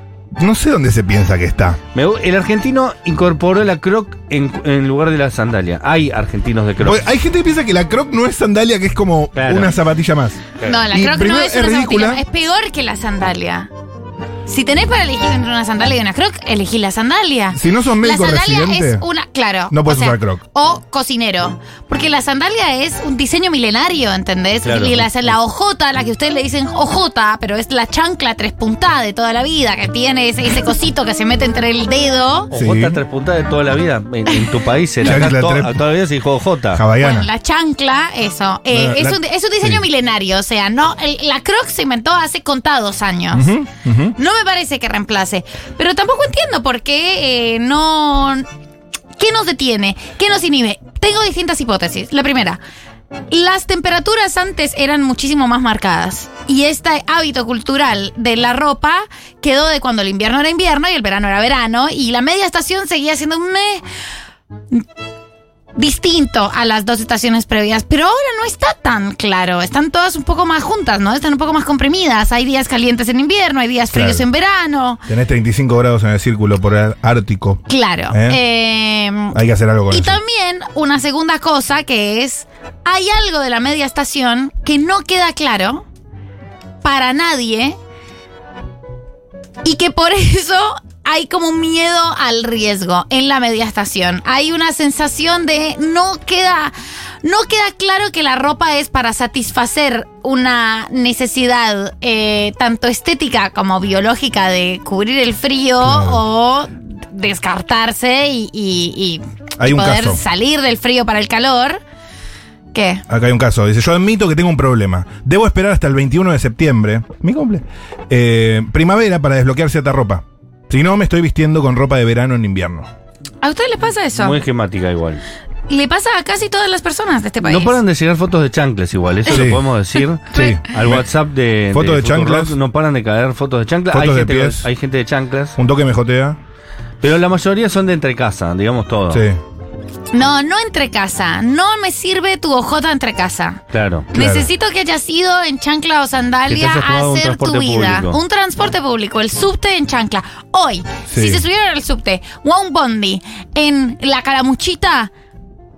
[SPEAKER 4] no sé dónde se piensa que está.
[SPEAKER 1] Me gu- el argentino incorporó la Croc en, en lugar de la sandalia. Hay argentinos de Crocs.
[SPEAKER 4] Porque hay gente que piensa que la Croc no es sandalia, que es como
[SPEAKER 1] Claro.
[SPEAKER 4] una zapatilla más.
[SPEAKER 3] No, la
[SPEAKER 4] Y
[SPEAKER 3] croc no
[SPEAKER 4] primero
[SPEAKER 3] es
[SPEAKER 4] es
[SPEAKER 3] una
[SPEAKER 4] ridícula.
[SPEAKER 3] zapatilla. Es peor que la sandalia. Si tenés para elegir entre una sandalia y una croc, elegí la sandalia.
[SPEAKER 4] Si no sos
[SPEAKER 3] La
[SPEAKER 4] médico
[SPEAKER 3] sandalia
[SPEAKER 4] residente,
[SPEAKER 3] es una, claro.
[SPEAKER 4] no
[SPEAKER 3] o
[SPEAKER 4] puedes
[SPEAKER 3] sea,
[SPEAKER 4] usar Croc.
[SPEAKER 3] O cocinero. Porque la sandalia es un diseño milenario, ¿entendés?
[SPEAKER 1] Claro.
[SPEAKER 3] Y la, la ojota, la que ustedes le dicen ojota, pero es la chancla tres puntada de toda la vida, que tiene ese, ese cosito que se mete entre el dedo.
[SPEAKER 1] O
[SPEAKER 4] Sí.
[SPEAKER 1] Jota tres puntadas de toda la vida. En, en tu país era.
[SPEAKER 4] Ya que
[SPEAKER 1] Acá
[SPEAKER 4] la
[SPEAKER 1] to-
[SPEAKER 4] tres-
[SPEAKER 1] a toda la vida se dijo Jota.
[SPEAKER 4] Hawaiana.
[SPEAKER 3] Bueno, la chancla, eso. Eh,
[SPEAKER 4] No,
[SPEAKER 3] es,
[SPEAKER 4] la-
[SPEAKER 3] un, es un diseño
[SPEAKER 4] sí.
[SPEAKER 3] milenario, o sea, no el- la croc se inventó hace contados años.
[SPEAKER 4] Ujú, ujú.
[SPEAKER 3] No me parece que reemplace. Pero tampoco entiendo por qué eh, no. ¿Qué nos detiene? ¿Qué nos inhibe? Tengo distintas hipótesis. La primera. Las temperaturas antes eran muchísimo más marcadas y este hábito cultural de la ropa quedó de cuando el invierno era invierno y el verano era verano y la media estación seguía siendo un mes distinto a las dos estaciones previas, pero ahora no está tan claro. Están todas un poco más juntas, ¿no? Están un poco más comprimidas. Hay días calientes en invierno, hay días fríos
[SPEAKER 4] Claro.
[SPEAKER 3] en verano.
[SPEAKER 4] Tenés 35 grados en el círculo por el Ártico.
[SPEAKER 3] Claro. Em,
[SPEAKER 4] Hay que hacer algo con
[SPEAKER 3] y
[SPEAKER 4] eso.
[SPEAKER 3] también una segunda cosa que es, hay algo de la media estación que no queda claro para nadie y que por eso hay como un miedo al riesgo en la media estación. Hay una sensación de no queda, no queda claro que la ropa es para satisfacer una necesidad eh, tanto estética como biológica de cubrir el frío
[SPEAKER 4] Claro.
[SPEAKER 3] o descartarse y, y- y
[SPEAKER 4] Hay un
[SPEAKER 3] poder
[SPEAKER 4] caso.
[SPEAKER 3] salir del frío para el calor. ¿Qué?
[SPEAKER 4] Acá hay un caso. Dice, yo admito que tengo un problema. Debo esperar hasta el 21 de septiembre. Mi cumple. eh, primavera para desbloquear cierta ropa. Si no, me estoy vistiendo con ropa de verano en invierno.
[SPEAKER 3] ¿A ustedes les pasa eso?
[SPEAKER 1] Muy esquemática igual.
[SPEAKER 3] Le pasa a casi todas las personas de este país.
[SPEAKER 1] No paran de llegar fotos de chanclas igual, eso
[SPEAKER 4] Sí.
[SPEAKER 1] lo podemos decir.
[SPEAKER 4] Sí.
[SPEAKER 1] Al WhatsApp de.
[SPEAKER 4] Fotos de
[SPEAKER 1] Futurock
[SPEAKER 4] chanclas.
[SPEAKER 1] No paran de caer fotos de chanclas.
[SPEAKER 4] Fotos
[SPEAKER 1] hay,
[SPEAKER 4] de
[SPEAKER 1] gente,
[SPEAKER 4] pies.
[SPEAKER 1] hay gente de chanclas.
[SPEAKER 4] Un toque me jotea.
[SPEAKER 1] Pero la mayoría son de entre casa, digamos todo.
[SPEAKER 4] Sí,
[SPEAKER 3] No, no entre casa. No me sirve tu ojota entre casa.
[SPEAKER 1] claro.
[SPEAKER 3] Necesito que hayas ido en chancla o sandalia
[SPEAKER 1] Que te hayas
[SPEAKER 3] a
[SPEAKER 1] tomado un
[SPEAKER 3] hacer tu
[SPEAKER 1] transporte
[SPEAKER 3] vida.
[SPEAKER 1] público.
[SPEAKER 3] Un transporte público, el subte en chancla. Hoy,
[SPEAKER 1] Sí.
[SPEAKER 3] si se subieron al subte o a un bondi en la caramuchita,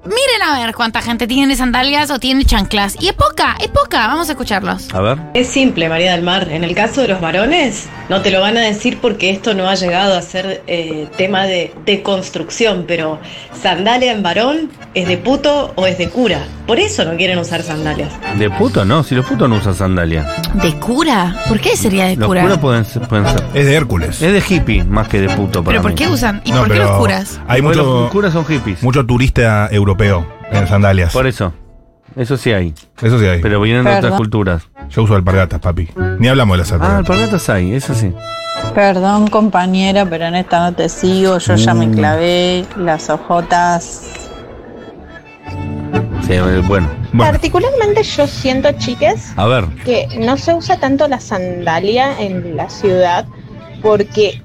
[SPEAKER 3] miren a ver cuánta gente tiene sandalias o tiene chanclas. Y es poca, es poca. Vamos a escucharlos.
[SPEAKER 1] A ver.
[SPEAKER 12] Es simple, María del Mar. En el caso de los varones, no te lo van a decir porque esto no ha llegado a ser eh, tema de, de construcción, pero sandalia en varón es de puto o es de cura. Por eso no quieren usar sandalias.
[SPEAKER 1] De puto no, si los putos no usan sandalia.
[SPEAKER 3] ¿De cura? ¿Por qué sería de
[SPEAKER 1] Los
[SPEAKER 3] cura?
[SPEAKER 1] curas pueden ser, pueden ser.
[SPEAKER 4] Es de Hércules.
[SPEAKER 1] Es de hippie más que de puto para
[SPEAKER 3] ¿Pero por
[SPEAKER 1] mí.
[SPEAKER 3] qué usan? ¿Y
[SPEAKER 4] No,
[SPEAKER 3] por qué los
[SPEAKER 4] pero
[SPEAKER 3] curas?
[SPEAKER 4] Hay
[SPEAKER 1] Porque
[SPEAKER 4] mucho,
[SPEAKER 1] los curas son hippies.
[SPEAKER 4] mucho turista europeo en sandalias.
[SPEAKER 1] Por eso. Eso sí hay.
[SPEAKER 4] Eso sí hay.
[SPEAKER 1] Pero vienen de otras
[SPEAKER 7] Perdón.
[SPEAKER 1] culturas.
[SPEAKER 4] Yo uso alpargatas, papi. Ni hablamos de las
[SPEAKER 1] Ah,
[SPEAKER 4] alpargatas.
[SPEAKER 1] alpargatas hay, eso sí.
[SPEAKER 7] Perdón compañera, pero en esta no te sigo, yo ya me clavé las ojotas.
[SPEAKER 1] Sí, eh, bueno.
[SPEAKER 2] Particularmente yo siento, chiques,
[SPEAKER 1] A ver.
[SPEAKER 2] que no se usa tanto la sandalia en la ciudad porque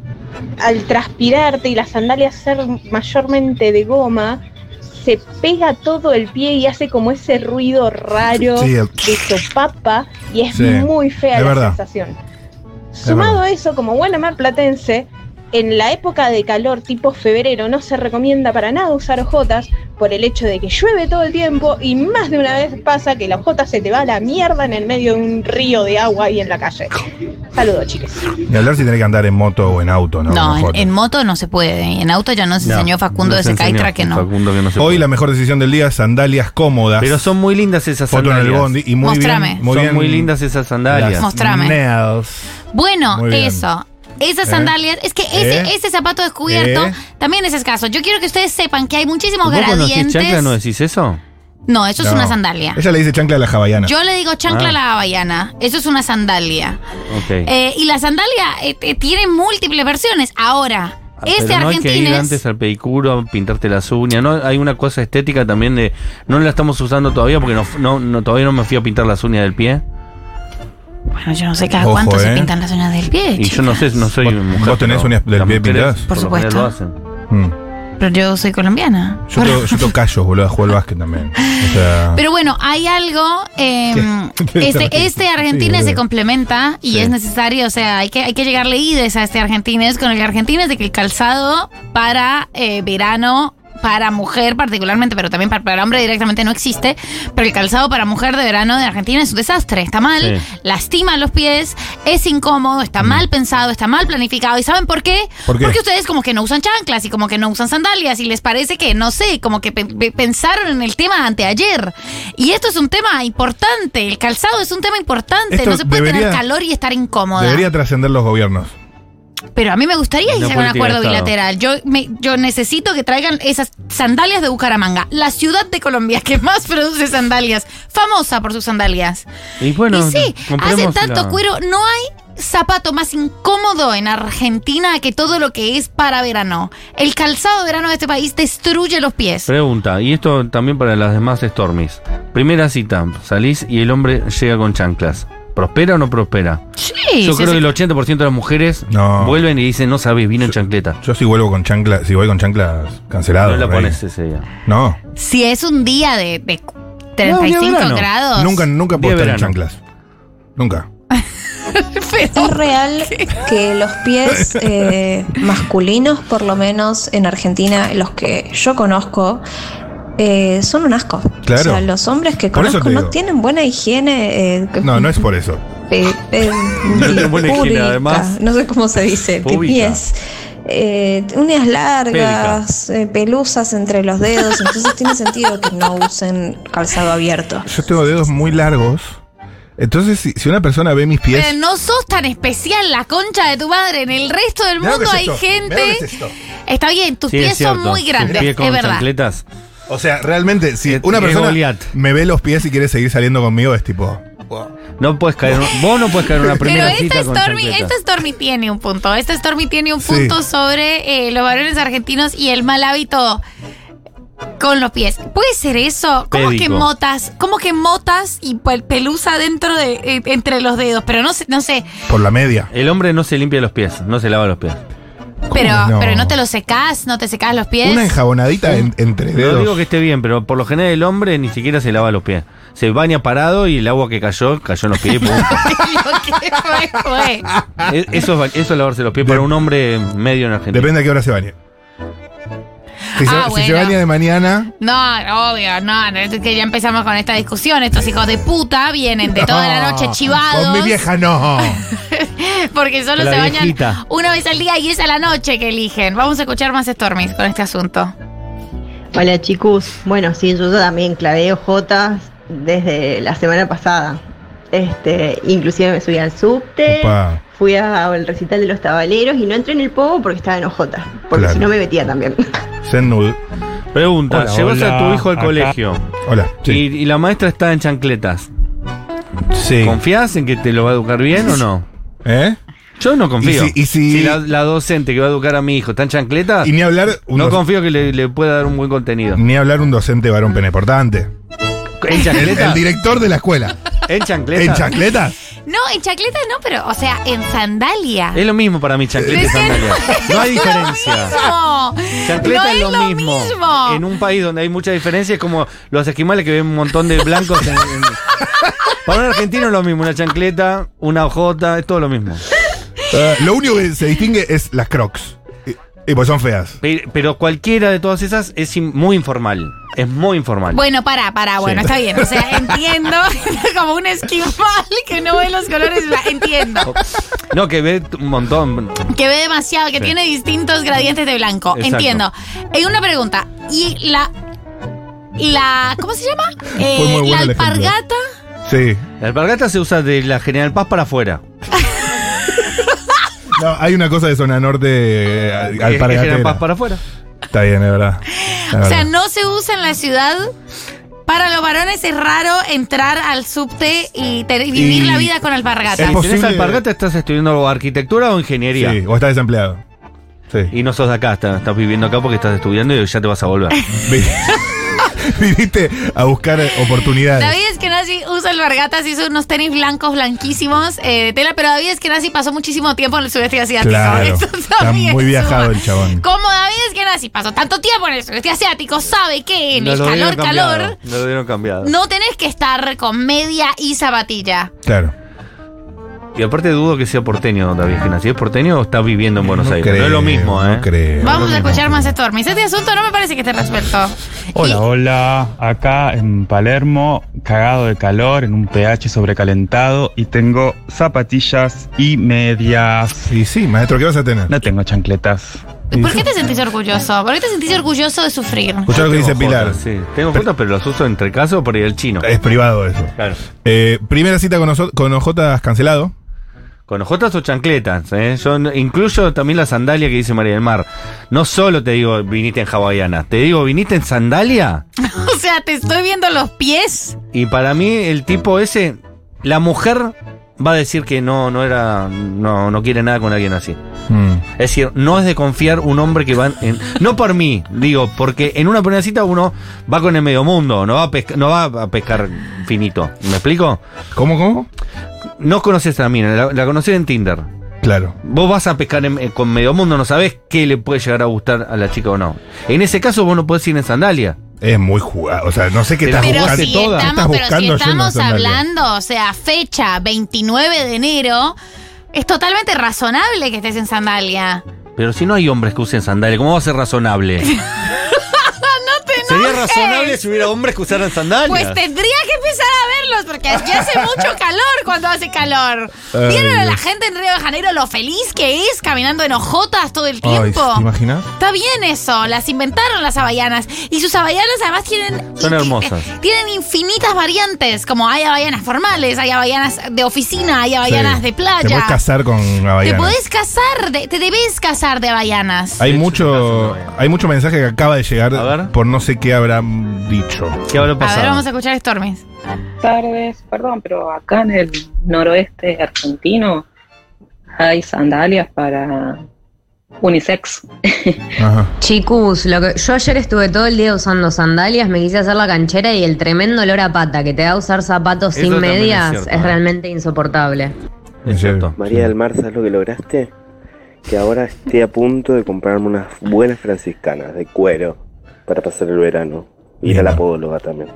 [SPEAKER 2] al transpirarte y la sandalia ser mayormente de goma, se pega todo el pie y hace como ese ruido raro
[SPEAKER 13] Sí, el-
[SPEAKER 2] de sopapa y es
[SPEAKER 13] Sí, Ah.
[SPEAKER 2] muy fea
[SPEAKER 13] es
[SPEAKER 2] la
[SPEAKER 13] verdad.
[SPEAKER 2] sensación. Sumado a eso, como buena mar platense, en la época de calor tipo febrero no se recomienda para nada usar ojotas por el hecho de que llueve todo el tiempo y más de una vez pasa que la ojota se te va a la mierda en el medio de un río de agua y en la calle. Saludos, chicos.
[SPEAKER 4] Ni hablar si tenés que andar en moto o en auto, ¿no?
[SPEAKER 3] No,
[SPEAKER 4] Con
[SPEAKER 3] en,
[SPEAKER 4] fotos.
[SPEAKER 3] en moto no se puede. En auto ya nos
[SPEAKER 4] No,
[SPEAKER 3] enseñó Facundo
[SPEAKER 4] nos
[SPEAKER 3] de ese
[SPEAKER 4] enseñó
[SPEAKER 3] Caitra que no.
[SPEAKER 4] Hoy la mejor decisión del día, sandalias cómodas.
[SPEAKER 1] Pero son muy lindas esas
[SPEAKER 4] Foto en el
[SPEAKER 1] sandalias.
[SPEAKER 4] bondi y muy
[SPEAKER 3] Mostrame.
[SPEAKER 4] bien. Muy
[SPEAKER 1] Son
[SPEAKER 4] bien
[SPEAKER 1] muy lindas esas sandalias.
[SPEAKER 4] las
[SPEAKER 3] Mostrame.
[SPEAKER 4] nails.
[SPEAKER 3] Bueno,
[SPEAKER 4] Muy bien.
[SPEAKER 3] eso. Esas
[SPEAKER 4] ¿Eh?
[SPEAKER 3] sandalias, es que ese,
[SPEAKER 1] ¿Eh?
[SPEAKER 3] ese zapato descubierto
[SPEAKER 1] ¿Eh?
[SPEAKER 3] también es escaso. Yo quiero que ustedes sepan que hay muchísimos
[SPEAKER 1] ¿Vos conocés chancla?
[SPEAKER 3] gradientes.
[SPEAKER 1] ¿No decís eso?
[SPEAKER 3] No, eso es
[SPEAKER 1] No.
[SPEAKER 3] una sandalia.
[SPEAKER 4] Ella le dice chancla a la hawaiana.
[SPEAKER 3] Yo le digo chancla
[SPEAKER 4] Ah.
[SPEAKER 3] a la havaiana. Eso es una sandalia.
[SPEAKER 1] Ok.
[SPEAKER 3] Eh, y la sandalia eh, eh, tiene múltiples versiones. Ahora, este
[SPEAKER 1] Ah, Pero no hay que ir
[SPEAKER 3] argentino
[SPEAKER 1] antes al pedicuro, pintarte las uñas. No, hay una cosa estética también de no la estamos usando todavía porque no, no, no- todavía no me fui a pintar las uñas del pie.
[SPEAKER 3] Bueno, yo no sé cada
[SPEAKER 1] Ojo,
[SPEAKER 3] cuánto se
[SPEAKER 1] eh.
[SPEAKER 3] pintan las uñas del pie.
[SPEAKER 1] Y yo no sé, no soy mujer.
[SPEAKER 4] vos tenés
[SPEAKER 1] pero
[SPEAKER 4] uñas del
[SPEAKER 1] las
[SPEAKER 4] pie
[SPEAKER 1] mujeres,
[SPEAKER 4] pintadas?
[SPEAKER 3] Por
[SPEAKER 1] lo general,
[SPEAKER 3] supuesto.
[SPEAKER 1] lo hacen.
[SPEAKER 4] Mm.
[SPEAKER 3] Pero yo soy colombiana.
[SPEAKER 4] Yo tengo, yo tengo callos, boludo, a jugar al básquet también. O sea,
[SPEAKER 14] Ah.
[SPEAKER 3] Pero bueno, hay algo. eh,
[SPEAKER 4] ¿Qué?
[SPEAKER 3] este, este
[SPEAKER 4] Sí,
[SPEAKER 3] argentino
[SPEAKER 4] boludo.
[SPEAKER 3] se complementa y
[SPEAKER 4] Sí.
[SPEAKER 3] es necesario. O sea, hay que, hay que llegar leídes a este argentines con el argentines de que el calzado para eh, verano. Para mujer particularmente, pero también para, para hombre directamente no existe. Pero el calzado para mujer de verano de Argentina es un desastre. Está mal,
[SPEAKER 14] Sí. Mm.
[SPEAKER 3] lastima los pies, es incómodo, está mal pensado, está mal planificado. ¿Y saben por qué?
[SPEAKER 14] ¿Por qué?
[SPEAKER 3] Porque ustedes como que no usan chanclas y como que no usan sandalias y les parece que, no sé, como que pe- pe- pensaron en el tema anteayer. Y esto es un tema importante, el calzado es un tema importante,
[SPEAKER 4] Esto
[SPEAKER 3] no se puede
[SPEAKER 4] debería-
[SPEAKER 3] tener calor y estar incómoda.
[SPEAKER 4] debería trascender los gobiernos.
[SPEAKER 3] Pero a mí me gustaría que
[SPEAKER 4] Una
[SPEAKER 3] se haga un
[SPEAKER 4] política
[SPEAKER 3] acuerdo
[SPEAKER 4] de Estado.
[SPEAKER 3] bilateral. Yo, me- yo necesito que traigan esas sandalias de Bucaramanga, la ciudad de Colombia que más produce sandalias, famosa por sus sandalias.
[SPEAKER 1] Y bueno,
[SPEAKER 3] y sí, hacen
[SPEAKER 1] compremos
[SPEAKER 3] tanto
[SPEAKER 1] la-
[SPEAKER 3] cuero. No hay zapato más incómodo en Argentina que todo lo que es para verano. El calzado de verano de este país destruye los pies.
[SPEAKER 1] Pregunta, y esto también para las demás Stormies. Primera cita, salís y el hombre llega con chanclas. ¿Prospera o no prospera?
[SPEAKER 3] Sí,
[SPEAKER 1] Yo
[SPEAKER 3] sí,
[SPEAKER 1] creo
[SPEAKER 3] sí.
[SPEAKER 1] que el 80% de las mujeres vuelven y dicen, no sabés, vino en chancleta.
[SPEAKER 4] Yo si vuelvo con chanclas, si voy con chanclas cancelado.
[SPEAKER 1] No la
[SPEAKER 4] rey.
[SPEAKER 1] pones ese día.
[SPEAKER 4] No.
[SPEAKER 3] Si es un día de, de
[SPEAKER 4] No, día
[SPEAKER 3] 35
[SPEAKER 4] verano.
[SPEAKER 3] grados.
[SPEAKER 4] Nunca, nunca puedo
[SPEAKER 1] Día
[SPEAKER 4] estar en
[SPEAKER 1] verano.
[SPEAKER 4] chanclas. Nunca.
[SPEAKER 15] Es real que los pies eh, masculinos, por lo menos en Argentina, los que yo conozco, eh, son un asco.
[SPEAKER 4] Claro.
[SPEAKER 15] O sea, los hombres que
[SPEAKER 4] Por eso
[SPEAKER 15] conozco
[SPEAKER 4] te
[SPEAKER 15] no
[SPEAKER 4] digo.
[SPEAKER 15] tienen buena higiene. eh,
[SPEAKER 4] No, no es por eso.
[SPEAKER 15] pe- pe-
[SPEAKER 4] No tienen buena higiene,
[SPEAKER 15] púbica,
[SPEAKER 4] además.
[SPEAKER 15] No sé cómo se dice. pe-
[SPEAKER 4] Púbica.
[SPEAKER 15] Pies. Eh, uñas largas, eh, pelusas entre los dedos. Entonces tiene sentido que no usen calzado abierto.
[SPEAKER 4] Yo tengo dedos muy largos. Entonces, si, si una persona ve mis pies.
[SPEAKER 3] Pero eh, no sos tan especial la concha de tu madre. En el resto del
[SPEAKER 4] Mirá lo
[SPEAKER 3] mundo
[SPEAKER 4] que es
[SPEAKER 3] hay
[SPEAKER 4] esto,
[SPEAKER 3] gente.
[SPEAKER 4] mirá lo que es esto.
[SPEAKER 3] Está bien, tus
[SPEAKER 4] Sí, es
[SPEAKER 3] pies son
[SPEAKER 4] cierto.
[SPEAKER 3] muy
[SPEAKER 4] Tus
[SPEAKER 3] grandes.
[SPEAKER 4] pies con
[SPEAKER 3] es verdad.
[SPEAKER 1] chancletas.
[SPEAKER 4] O sea, realmente, si una
[SPEAKER 1] es
[SPEAKER 4] persona
[SPEAKER 1] Goliat.
[SPEAKER 4] me ve los pies y quiere seguir saliendo conmigo, es tipo.
[SPEAKER 1] No puedes caer, vos no puedes caer en una
[SPEAKER 3] Pero
[SPEAKER 1] primera
[SPEAKER 3] esta
[SPEAKER 1] cita con
[SPEAKER 3] Stormy,
[SPEAKER 1] chancleta.
[SPEAKER 3] esta Stormy tiene un punto. Esta Stormy tiene un
[SPEAKER 1] Sí.
[SPEAKER 3] punto sobre eh, los varones argentinos y el mal hábito con los pies. ¿Puede ser eso? ¿Cómo
[SPEAKER 1] Pédico.
[SPEAKER 3] que motas? ¿Cómo que motas y pel- pelusa dentro de eh, entre los dedos? Pero no sé, no sé.
[SPEAKER 4] Por la media.
[SPEAKER 1] El hombre no se limpia los pies, no se lava los pies.
[SPEAKER 3] Pero
[SPEAKER 4] no?
[SPEAKER 3] no? pero no te lo secás, no te secás los pies.
[SPEAKER 4] Una enjabonadita en- entre
[SPEAKER 1] No digo
[SPEAKER 4] dedos.
[SPEAKER 1] que esté bien, pero por lo general el hombre ni siquiera se lava los pies. Se baña parado y el agua que cayó, cayó en los pies. y punto. Eh, eso, es ba- eso es lavarse los pies para un hombre medio en Argentina.
[SPEAKER 4] Depende a qué hora se bañe. Si, se,
[SPEAKER 3] Ah,
[SPEAKER 4] si se
[SPEAKER 3] bueno.
[SPEAKER 4] baña de mañana,
[SPEAKER 3] No, obvio, no, no, es que ya empezamos con esta discusión. Estos hijos de puta vienen de toda la noche
[SPEAKER 1] Ah,
[SPEAKER 4] no,
[SPEAKER 3] chivados.
[SPEAKER 4] Ah, Con mi vieja no.
[SPEAKER 3] Porque solo
[SPEAKER 4] La
[SPEAKER 3] se bañan
[SPEAKER 4] viejita.
[SPEAKER 3] una vez al día y es a la noche que eligen. Vamos a escuchar más Stormis con este asunto.
[SPEAKER 16] Hola chicos, bueno sí, yo también clavé ojotas desde la semana pasada. Este, inclusive me subí al subte,
[SPEAKER 4] Opa.
[SPEAKER 16] fui a- al recital de los tabaleros y no entré en el pogo porque estaba en ojotas, porque
[SPEAKER 4] Claro.
[SPEAKER 16] si no me metía también.
[SPEAKER 1] Pregunta,
[SPEAKER 4] Hola,
[SPEAKER 1] llevas
[SPEAKER 4] hola,
[SPEAKER 1] a tu hijo al
[SPEAKER 4] acá.
[SPEAKER 1] colegio.
[SPEAKER 4] Hola.
[SPEAKER 1] Y, y la maestra está en chancletas.
[SPEAKER 4] Sí.
[SPEAKER 1] ¿Confías en que te lo va a educar bien o no?
[SPEAKER 4] ¿Eh?
[SPEAKER 1] Yo no confío.
[SPEAKER 4] Y si- y si-
[SPEAKER 1] la, la docente que va a educar a mi hijo está en chancletas.
[SPEAKER 4] Y ni hablar un
[SPEAKER 1] No
[SPEAKER 4] doc-
[SPEAKER 1] confío que le, le pueda dar un buen contenido.
[SPEAKER 4] Ni hablar un docente varón peneportante.
[SPEAKER 1] ¿En
[SPEAKER 4] El,
[SPEAKER 1] chancletas?
[SPEAKER 4] el director de la escuela.
[SPEAKER 1] ¿En chancletas?
[SPEAKER 4] ¿En chancletas?
[SPEAKER 3] No, en chacleta no, pero, o sea, en sandalia.
[SPEAKER 1] Es lo mismo para mí, chancleta y
[SPEAKER 3] Es que
[SPEAKER 1] sandalia. Eh, No hay diferencia.
[SPEAKER 3] No,
[SPEAKER 1] Chancleta
[SPEAKER 3] no
[SPEAKER 1] es lo, mismo.
[SPEAKER 3] mismo.
[SPEAKER 1] En un país donde hay mucha diferencia es como los esquimales que ven un montón de blancos. en- en- Para un argentino es lo mismo, una chancleta, una hojota, es todo lo mismo.
[SPEAKER 4] Eh, lo único que se distingue es las crocs. Y, y pues son feas.
[SPEAKER 1] Pe- Pero cualquiera de todas esas es in- muy informal. Es muy informal.
[SPEAKER 3] Bueno, para, para, bueno,
[SPEAKER 1] Sí.
[SPEAKER 3] está bien. O sea, entiendo como un esquimal que no ve los colores, o sea, entiendo.
[SPEAKER 1] No, que ve un montón.
[SPEAKER 3] Que ve demasiado, que
[SPEAKER 1] Sí.
[SPEAKER 3] tiene distintos gradientes de blanco,
[SPEAKER 1] Exacto.
[SPEAKER 3] entiendo. Hay una pregunta, ¿y la... la ¿Cómo se llama? Eh,
[SPEAKER 1] muy bueno
[SPEAKER 3] la
[SPEAKER 1] el ejemplo.
[SPEAKER 3] alpargata.
[SPEAKER 4] Sí.
[SPEAKER 1] La alpargata se usa de la General Paz para afuera.
[SPEAKER 4] No, hay una cosa de zona norte eh, al,
[SPEAKER 1] Es- es
[SPEAKER 4] alpargatera.
[SPEAKER 1] General Paz para afuera.
[SPEAKER 4] Está bien, es verdad. Es
[SPEAKER 3] O sea,
[SPEAKER 4] verdad.
[SPEAKER 3] no se usa en la ciudad. Para los varones es raro entrar al subte y, te- y vivir
[SPEAKER 1] Y-
[SPEAKER 3] la vida con alpargata.
[SPEAKER 1] Si tenés alpargata, estás estudiando arquitectura o ingeniería.
[SPEAKER 4] Sí, o estás desempleado.
[SPEAKER 1] Y no sos de acá, está- estás, viviendo acá porque estás estudiando y ya te vas a volver.
[SPEAKER 4] Viniste a buscar oportunidades.
[SPEAKER 3] David Eskenazi usa alpargatas, hizo unos tenis blancos blanquísimos, eh, tela, pero David Eskenazi pasó muchísimo tiempo en el sudeste asiático.
[SPEAKER 4] Claro.
[SPEAKER 3] Eso
[SPEAKER 4] Está
[SPEAKER 3] también
[SPEAKER 4] muy
[SPEAKER 3] suma.
[SPEAKER 4] viajado el chabón.
[SPEAKER 3] Como David Eskenazi pasó tanto tiempo en el sudeste asiático, sabe que en
[SPEAKER 1] Nos
[SPEAKER 3] el
[SPEAKER 1] lo dieron
[SPEAKER 3] calor,
[SPEAKER 1] cambiado,
[SPEAKER 3] calor,
[SPEAKER 1] Nos lo dieron cambiado.
[SPEAKER 3] no tenés que estar con media y zapatilla.
[SPEAKER 4] Claro.
[SPEAKER 1] Y aparte dudo que sea porteño David Esquena. Si es porteño, está viviendo en Buenos Aires. no es lo mismo, ¿eh?
[SPEAKER 3] Vamos a escuchar más Stormis. Este asunto no me parece que esté resuelto.
[SPEAKER 17] Hola, hola. Acá en Palermo, cagado de calor, en un pH sobrecalentado y tengo zapatillas y medias.
[SPEAKER 4] Y sí, maestro, ¿qué vas a tener?
[SPEAKER 17] No tengo chancletas.
[SPEAKER 3] ¿Por qué te sentís orgulloso? ¿Por qué te sentís orgulloso de sufrir?
[SPEAKER 4] Escuchá lo que dice
[SPEAKER 1] Tengo
[SPEAKER 4] Pilar. Eh.
[SPEAKER 1] jotas, sí. Tengo fotos, pero los uso entre casos por ahí el chino.
[SPEAKER 4] Es privado eso.
[SPEAKER 1] Claro.
[SPEAKER 4] Eh, primera cita con, noso- con OJ cancelado.
[SPEAKER 1] Con ojotas o chancletas, ¿eh? Yo no- incluyo también la sandalia que dice María del Mar. No solo te digo viniste en hawaiana, te digo viniste en sandalia.
[SPEAKER 3] O sea, te estoy viendo los pies.
[SPEAKER 1] Y para mí el tipo ese, la mujer va a decir que no, no era, no, no quiere nada con alguien así. Es decir, no es de confiar un hombre que va en. No por mí, digo, porque en una primera cita uno va con el medio mundo, no va a, pesca- no va a pescar finito. ¿Me explico?
[SPEAKER 4] ¿Cómo, cómo?
[SPEAKER 1] No conoces a la mina, la, la conoces en Tinder.
[SPEAKER 4] Claro.
[SPEAKER 1] Vos vas a pescar en- eh, con medio mundo, no sabés qué le puede llegar a gustar a la chica o no. En ese caso vos no podés ir en sandalia.
[SPEAKER 4] Es muy jugado. O sea, no sé qué
[SPEAKER 1] Pero
[SPEAKER 4] estás
[SPEAKER 1] si estamos-
[SPEAKER 4] buscando. ¿Qué estás
[SPEAKER 3] Estamos- pero si
[SPEAKER 4] buscando yendo a
[SPEAKER 3] estamos
[SPEAKER 4] sandalia?
[SPEAKER 3] hablando, o sea, fecha 29 de enero, es totalmente razonable que estés en sandalia.
[SPEAKER 1] Pero si no hay hombres que usen sandalia, ¿cómo va a ser razonable?
[SPEAKER 3] no te
[SPEAKER 1] Sería
[SPEAKER 3] enojes.
[SPEAKER 1] razonable si hubiera hombres que usaran sandalias.
[SPEAKER 3] Pues tendría que empezar a verlos, porque aquí hace mucho calor cuando hace calor.
[SPEAKER 4] Ay,
[SPEAKER 3] ¿Vieron a la
[SPEAKER 4] Dios.
[SPEAKER 3] gente en Río de Janeiro lo feliz que es caminando en ojotas todo el
[SPEAKER 4] Ay,
[SPEAKER 3] tiempo?
[SPEAKER 4] ¿te imaginas?
[SPEAKER 3] Está bien eso, las inventaron las habayanas. Y sus habayanas además tienen...
[SPEAKER 1] Son hermosas.
[SPEAKER 3] Tienen infinitas variantes, como hay habayanas formales, hay habayanas de oficina, hay habayanas
[SPEAKER 4] Sí.
[SPEAKER 3] de
[SPEAKER 4] Te
[SPEAKER 3] playa.
[SPEAKER 4] puedes casar con
[SPEAKER 3] Ah, Te
[SPEAKER 4] Havaianas.
[SPEAKER 3] podés casar, de- te debes casar de habayanas.
[SPEAKER 4] Hay mucho, hay mucho mensaje que acaba de llegar por no sé qué habrán dicho.
[SPEAKER 1] ¿Qué habrá
[SPEAKER 3] A ver, vamos a escuchar Stormis.
[SPEAKER 18] tardes, perdón, pero acá en el noroeste argentino hay sandalias para unisex.
[SPEAKER 19] Chicos, lo que, yo ayer estuve todo el día usando sandalias, me quise hacer la canchera y el tremendo olor a pata que te da usar zapatos
[SPEAKER 20] Eso
[SPEAKER 19] sin
[SPEAKER 20] también es
[SPEAKER 19] medias es,
[SPEAKER 20] cierto, ¿eh?
[SPEAKER 19] realmente insoportable.
[SPEAKER 1] Es cierto.
[SPEAKER 20] María del Mar, ¿sabes lo que lograste? que ahora estoy a punto de comprarme unas buenas franciscanas de cuero para pasar el verano. Y ir a la podóloga también.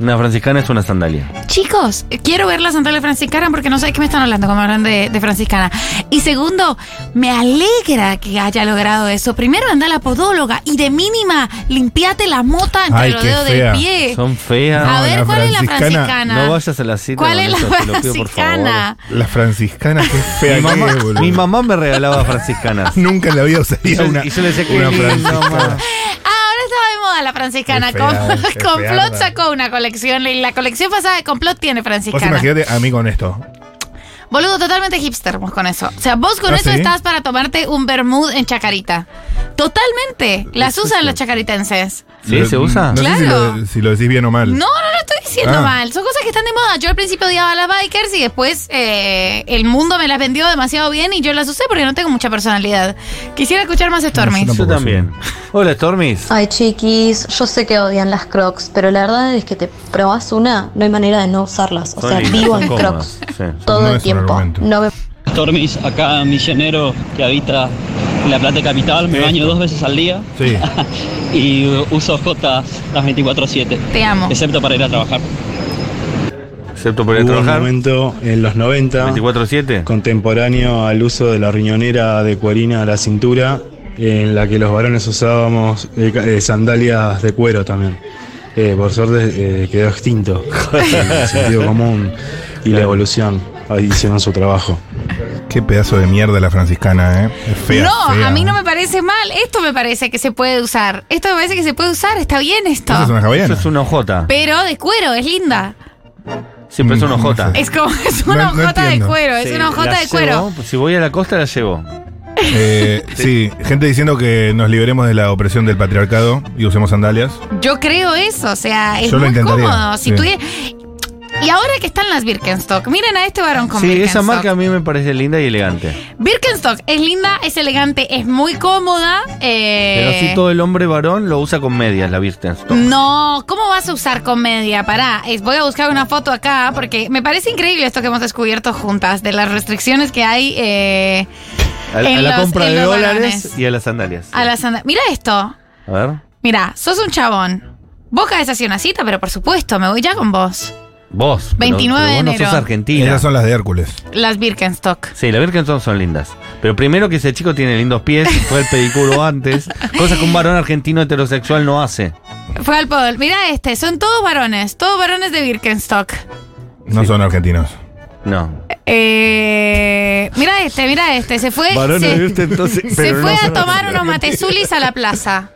[SPEAKER 1] Una franciscana es una sandalia.
[SPEAKER 3] Chicos, quiero ver la sandalia franciscana porque no sé de qué me están hablando cuando hablan de, de franciscana. Y segundo, me alegra que haya logrado eso. Primero anda a la podóloga y de mínima limpiate la mota entre los dedos del pie.
[SPEAKER 1] Son feas.
[SPEAKER 3] A ver, ¿cuál es la franciscana?
[SPEAKER 1] No vayas a la cita.
[SPEAKER 3] ¿Cuál
[SPEAKER 1] con
[SPEAKER 3] es la
[SPEAKER 1] eso, te lo pido, por
[SPEAKER 3] franciscana?
[SPEAKER 4] La franciscana, qué
[SPEAKER 1] Mi
[SPEAKER 4] fea que
[SPEAKER 1] mamá-
[SPEAKER 4] es, boludo.
[SPEAKER 1] mi mamá me regalaba franciscanas.
[SPEAKER 4] Nunca en la vida
[SPEAKER 1] Y
[SPEAKER 4] usaría
[SPEAKER 1] yo,
[SPEAKER 4] una,
[SPEAKER 1] y yo le decía que
[SPEAKER 4] una
[SPEAKER 1] lindo,
[SPEAKER 4] franciscana.
[SPEAKER 1] mamá.
[SPEAKER 3] Ahora estaba de moda la franciscana.
[SPEAKER 4] Qué
[SPEAKER 3] Con-
[SPEAKER 4] fea, qué
[SPEAKER 3] Complot
[SPEAKER 4] fea.
[SPEAKER 3] sacó una colección y la colección pasada de Complot tiene
[SPEAKER 4] Vos
[SPEAKER 3] franciscana.
[SPEAKER 4] imaginate a mí con esto.
[SPEAKER 3] Boludo, totalmente hipster vos con eso. O sea, vos con
[SPEAKER 4] ¿Ah,
[SPEAKER 3] eso
[SPEAKER 4] sí?
[SPEAKER 3] estás para tomarte un vermut en chacarita. Totalmente. Las usan los chacaritenses.
[SPEAKER 1] ¿Sí? ¿Se usa?
[SPEAKER 4] No sé si
[SPEAKER 3] Claro.
[SPEAKER 4] lo, si lo decís bien o mal.
[SPEAKER 3] No, no lo estoy diciendo
[SPEAKER 4] Ah.
[SPEAKER 3] mal. Son cosas que están de moda. Yo al principio odiaba las bikers y después eh, el mundo me las vendió demasiado bien y yo las usé porque no tengo mucha personalidad. Quisiera escuchar más Stormy.
[SPEAKER 1] Yo también. Hola, Stormis.
[SPEAKER 21] Ay, chiquis, yo sé que odian las crocs, pero la verdad es que te probás una, no hay manera de no usarlas. O
[SPEAKER 1] Son
[SPEAKER 21] sea,
[SPEAKER 1] lindas,
[SPEAKER 21] vivo
[SPEAKER 1] son
[SPEAKER 21] en crocs
[SPEAKER 1] cómodas, sí.
[SPEAKER 21] todo
[SPEAKER 1] No
[SPEAKER 21] el
[SPEAKER 1] es un
[SPEAKER 21] tiempo.
[SPEAKER 1] argumento.
[SPEAKER 21] No me
[SPEAKER 22] Tormis, acá Ah, misionero que habita La Plata Capital, me baño dos veces al día
[SPEAKER 4] Sí.
[SPEAKER 22] y uh, uso Jotas las 24-7.
[SPEAKER 3] Te amo.
[SPEAKER 22] Excepto para ir a trabajar.
[SPEAKER 1] Excepto
[SPEAKER 4] Uh,
[SPEAKER 1] por ir a
[SPEAKER 23] Hubo
[SPEAKER 1] trabajar.
[SPEAKER 23] un momento en los 90 contemporáneo al uso de la riñonera de cuerina a la cintura en la que los varones usábamos eh, ca- eh, sandalias de cuero también. Eh, por suerte eh, quedó extinto el sentido común y la evolución ahí hicieron su trabajo.
[SPEAKER 4] Qué pedazo de mierda la franciscana, ¿eh? Es fea.
[SPEAKER 3] no,
[SPEAKER 4] fea.
[SPEAKER 3] a mí no me parece mal. Esto me parece que se puede usar. Esto me parece que se puede usar. Está bien esto.
[SPEAKER 4] Eso es una hawaiana.
[SPEAKER 1] Eso es una ojota.
[SPEAKER 3] Pero de cuero, es linda.
[SPEAKER 1] Siempre es una ojota.
[SPEAKER 3] Es como, es una
[SPEAKER 1] No- no
[SPEAKER 3] hojota de
[SPEAKER 1] entiendo.
[SPEAKER 3] cuero, es
[SPEAKER 1] Sí,
[SPEAKER 3] una hojota
[SPEAKER 1] la
[SPEAKER 3] de cuero.
[SPEAKER 1] llevo, pues Si voy a la costa, la llevo.
[SPEAKER 4] Eh, sí, gente diciendo que nos liberemos de la opresión del patriarcado y usemos sandalias.
[SPEAKER 3] Yo creo eso, o sea, es
[SPEAKER 4] Yo lo
[SPEAKER 3] muy
[SPEAKER 4] intentaría,
[SPEAKER 3] cómodo. Si
[SPEAKER 4] sí.
[SPEAKER 3] tuviera- Y ahora que están las Birkenstock, miren a este varón con
[SPEAKER 1] Sí, esa
[SPEAKER 3] Birkenstock.
[SPEAKER 1] marca a mí me parece linda y elegante.
[SPEAKER 3] Birkenstock es linda, es elegante, es muy cómoda.
[SPEAKER 1] Pero
[SPEAKER 3] eh, Mm,
[SPEAKER 1] así todo el hombre varón lo usa con medias, la Birkenstock.
[SPEAKER 3] No, ¿cómo vas a usar comedia? Pará, es- voy a buscar una foto acá porque me parece increíble esto que hemos descubierto juntas, de las restricciones que hay eh,
[SPEAKER 1] A, a
[SPEAKER 3] en
[SPEAKER 1] la
[SPEAKER 3] los-
[SPEAKER 1] compra
[SPEAKER 3] en
[SPEAKER 1] de
[SPEAKER 3] los
[SPEAKER 1] dólares
[SPEAKER 3] varones.
[SPEAKER 1] y a las sandalias.
[SPEAKER 3] a las sanda- Mira esto.
[SPEAKER 1] A ver.
[SPEAKER 3] Mira, sos un chabón. Vos caes así una cita, pero por supuesto, me voy ya con vos.
[SPEAKER 1] Vos. pero-
[SPEAKER 3] 29
[SPEAKER 1] pero
[SPEAKER 3] de
[SPEAKER 1] vos
[SPEAKER 3] enero.
[SPEAKER 1] no sos argentina.
[SPEAKER 4] Esas son las de Hércules.
[SPEAKER 3] Las Birkenstock.
[SPEAKER 1] Sí, las Birkenstock son lindas. Pero primero que ese chico tiene lindos pies, fue el pedicuro antes. Cosa que un varón argentino heterosexual no hace.
[SPEAKER 3] Fue al podol. Mira este, son todos varones, todos varones de Birkenstock.
[SPEAKER 4] No son argentinos.
[SPEAKER 1] No.
[SPEAKER 3] Eh, mira este, mira este, se fue,
[SPEAKER 1] Varones de
[SPEAKER 3] se,
[SPEAKER 1] Birkenstock, entonces,
[SPEAKER 3] se
[SPEAKER 1] pero
[SPEAKER 3] fue
[SPEAKER 1] no
[SPEAKER 3] a
[SPEAKER 1] son
[SPEAKER 3] tomar
[SPEAKER 1] argentinos.
[SPEAKER 3] unos matezulis a la plaza.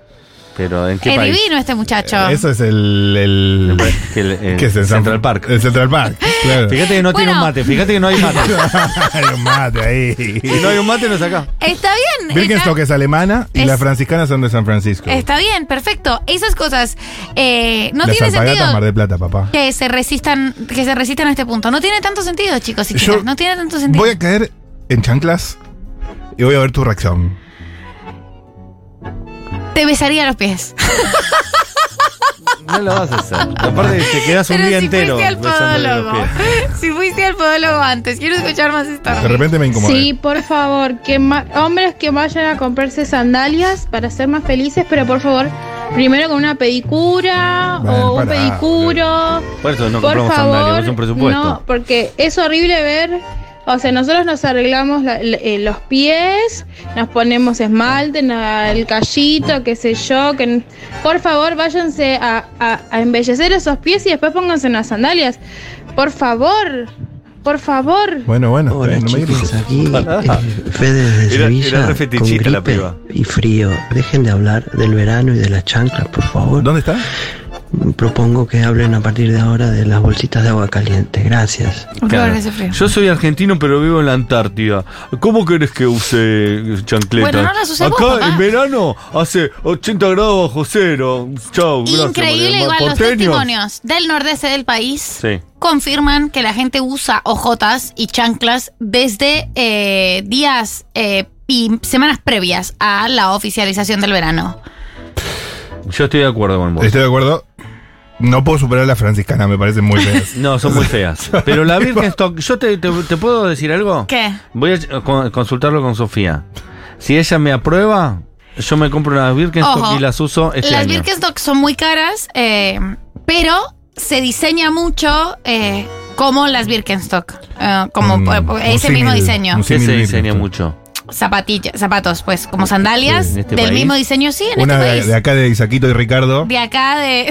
[SPEAKER 1] Pero ¿en qué
[SPEAKER 3] Es
[SPEAKER 1] país? Eh,
[SPEAKER 3] divino este muchacho.
[SPEAKER 4] Eso es el. el
[SPEAKER 1] Que el- el
[SPEAKER 4] ¿Qué es el
[SPEAKER 1] Central Park.
[SPEAKER 4] El Central Park. Claro.
[SPEAKER 1] Fíjate que no tiene
[SPEAKER 3] Bueno.
[SPEAKER 1] un mate, fíjate que no hay mate.
[SPEAKER 4] hay un mate ahí.
[SPEAKER 1] Si no hay un mate, no saca.
[SPEAKER 3] Está bien.
[SPEAKER 4] Birkenstock es alemana y
[SPEAKER 3] Es-
[SPEAKER 4] las franciscanas son de San Francisco.
[SPEAKER 3] Está, está bien, perfecto. Esas cosas eh, no
[SPEAKER 4] las
[SPEAKER 3] tiene
[SPEAKER 4] alpagatas Mar
[SPEAKER 3] sentido
[SPEAKER 4] de Plata, papá.
[SPEAKER 3] que se resistan, que se resistan a este punto. No tiene tanto sentido, chicos y chicas.
[SPEAKER 4] Yo
[SPEAKER 3] no tiene tanto sentido.
[SPEAKER 4] Voy a caer en chanclas y voy a ver tu reacción.
[SPEAKER 3] Te besaría los pies.
[SPEAKER 1] No lo vas a hacer. Aparte, te quedas un
[SPEAKER 3] Pero
[SPEAKER 1] día
[SPEAKER 3] si
[SPEAKER 1] entero.
[SPEAKER 3] fuiste al
[SPEAKER 1] besándole los
[SPEAKER 3] podólogo.
[SPEAKER 1] pies.
[SPEAKER 3] si fuiste al podólogo antes, quiero escuchar más
[SPEAKER 4] De
[SPEAKER 3] Stormy.
[SPEAKER 4] repente me incomodé.
[SPEAKER 24] Sí, por favor, que ma- hombres que vayan a comprarse sandalias para ser más felices, pero por favor, primero con una pedicura
[SPEAKER 1] Bueno,
[SPEAKER 24] o un
[SPEAKER 1] pará,
[SPEAKER 24] pedicuro.
[SPEAKER 1] Por eso no
[SPEAKER 24] por
[SPEAKER 1] compramos sandalias,
[SPEAKER 24] favor,
[SPEAKER 1] es un presupuesto.
[SPEAKER 24] no, porque es horrible ver. O sea, nosotros nos arreglamos la- la- eh, los pies, nos ponemos esmalte, na- el callito, qué sé yo. Que, n- por favor, váyanse a, a- a embellecer esos pies y después pónganse unas sandalias. Por favor, por favor.
[SPEAKER 4] Bueno, bueno.
[SPEAKER 12] Hola
[SPEAKER 4] no me
[SPEAKER 12] chicos,
[SPEAKER 4] grites.
[SPEAKER 12] aquí eh, Fede desde
[SPEAKER 1] Era-
[SPEAKER 12] Sevilla
[SPEAKER 1] era re
[SPEAKER 12] con
[SPEAKER 1] fetichista
[SPEAKER 12] gripe
[SPEAKER 1] la piba.
[SPEAKER 12] y frío. Dejen de hablar del verano y de las chanclas, por favor.
[SPEAKER 4] ¿Dónde está?
[SPEAKER 12] Propongo que hablen a partir de ahora de las bolsitas de agua caliente. Gracias.
[SPEAKER 1] Claro. Yo soy argentino, pero vivo en la Antártida. ¿Cómo querés que use chancletas?
[SPEAKER 3] Bueno, no las usé
[SPEAKER 1] Acá
[SPEAKER 3] vos, papá.
[SPEAKER 1] en verano hace 80 grados bajo cero. Chau, gracias,
[SPEAKER 3] Increíble
[SPEAKER 1] María.
[SPEAKER 3] igual los
[SPEAKER 1] Porteños.
[SPEAKER 3] testimonios del nordeste del país.
[SPEAKER 1] Sí.
[SPEAKER 3] confirman que la gente usa ojotas y chanclas desde eh, días eh, y semanas previas a la oficialización del verano.
[SPEAKER 1] Yo estoy de acuerdo con vos.
[SPEAKER 4] Estoy de acuerdo. No puedo superar a las franciscanas, me parecen muy feas.
[SPEAKER 1] No, son muy feas. Pero la Birkenstock, yo te, te- te puedo decir algo.
[SPEAKER 3] ¿Qué?
[SPEAKER 1] Voy a eh, con- consultarlo con Sofía. Si ella me aprueba, yo me compro unas Birkenstock
[SPEAKER 3] Ojo,
[SPEAKER 1] y las uso este
[SPEAKER 3] Las
[SPEAKER 1] año.
[SPEAKER 3] Birkenstock son muy caras, eh, pero se diseña mucho eh, como las Birkenstock. eh, como
[SPEAKER 1] Mm,
[SPEAKER 3] eh,
[SPEAKER 1] un
[SPEAKER 3] ese mismo
[SPEAKER 1] símil,
[SPEAKER 3] diseño.
[SPEAKER 1] ¿Qué se diseña mucho?
[SPEAKER 3] Zapatillas, zapatos, pues, como sandalias.
[SPEAKER 4] Sí, en este
[SPEAKER 3] del
[SPEAKER 4] país.
[SPEAKER 3] mismo diseño, sí, en
[SPEAKER 4] Una
[SPEAKER 3] este
[SPEAKER 4] de,
[SPEAKER 3] país.
[SPEAKER 4] de acá de Isaquito y Ricardo.
[SPEAKER 3] De acá de,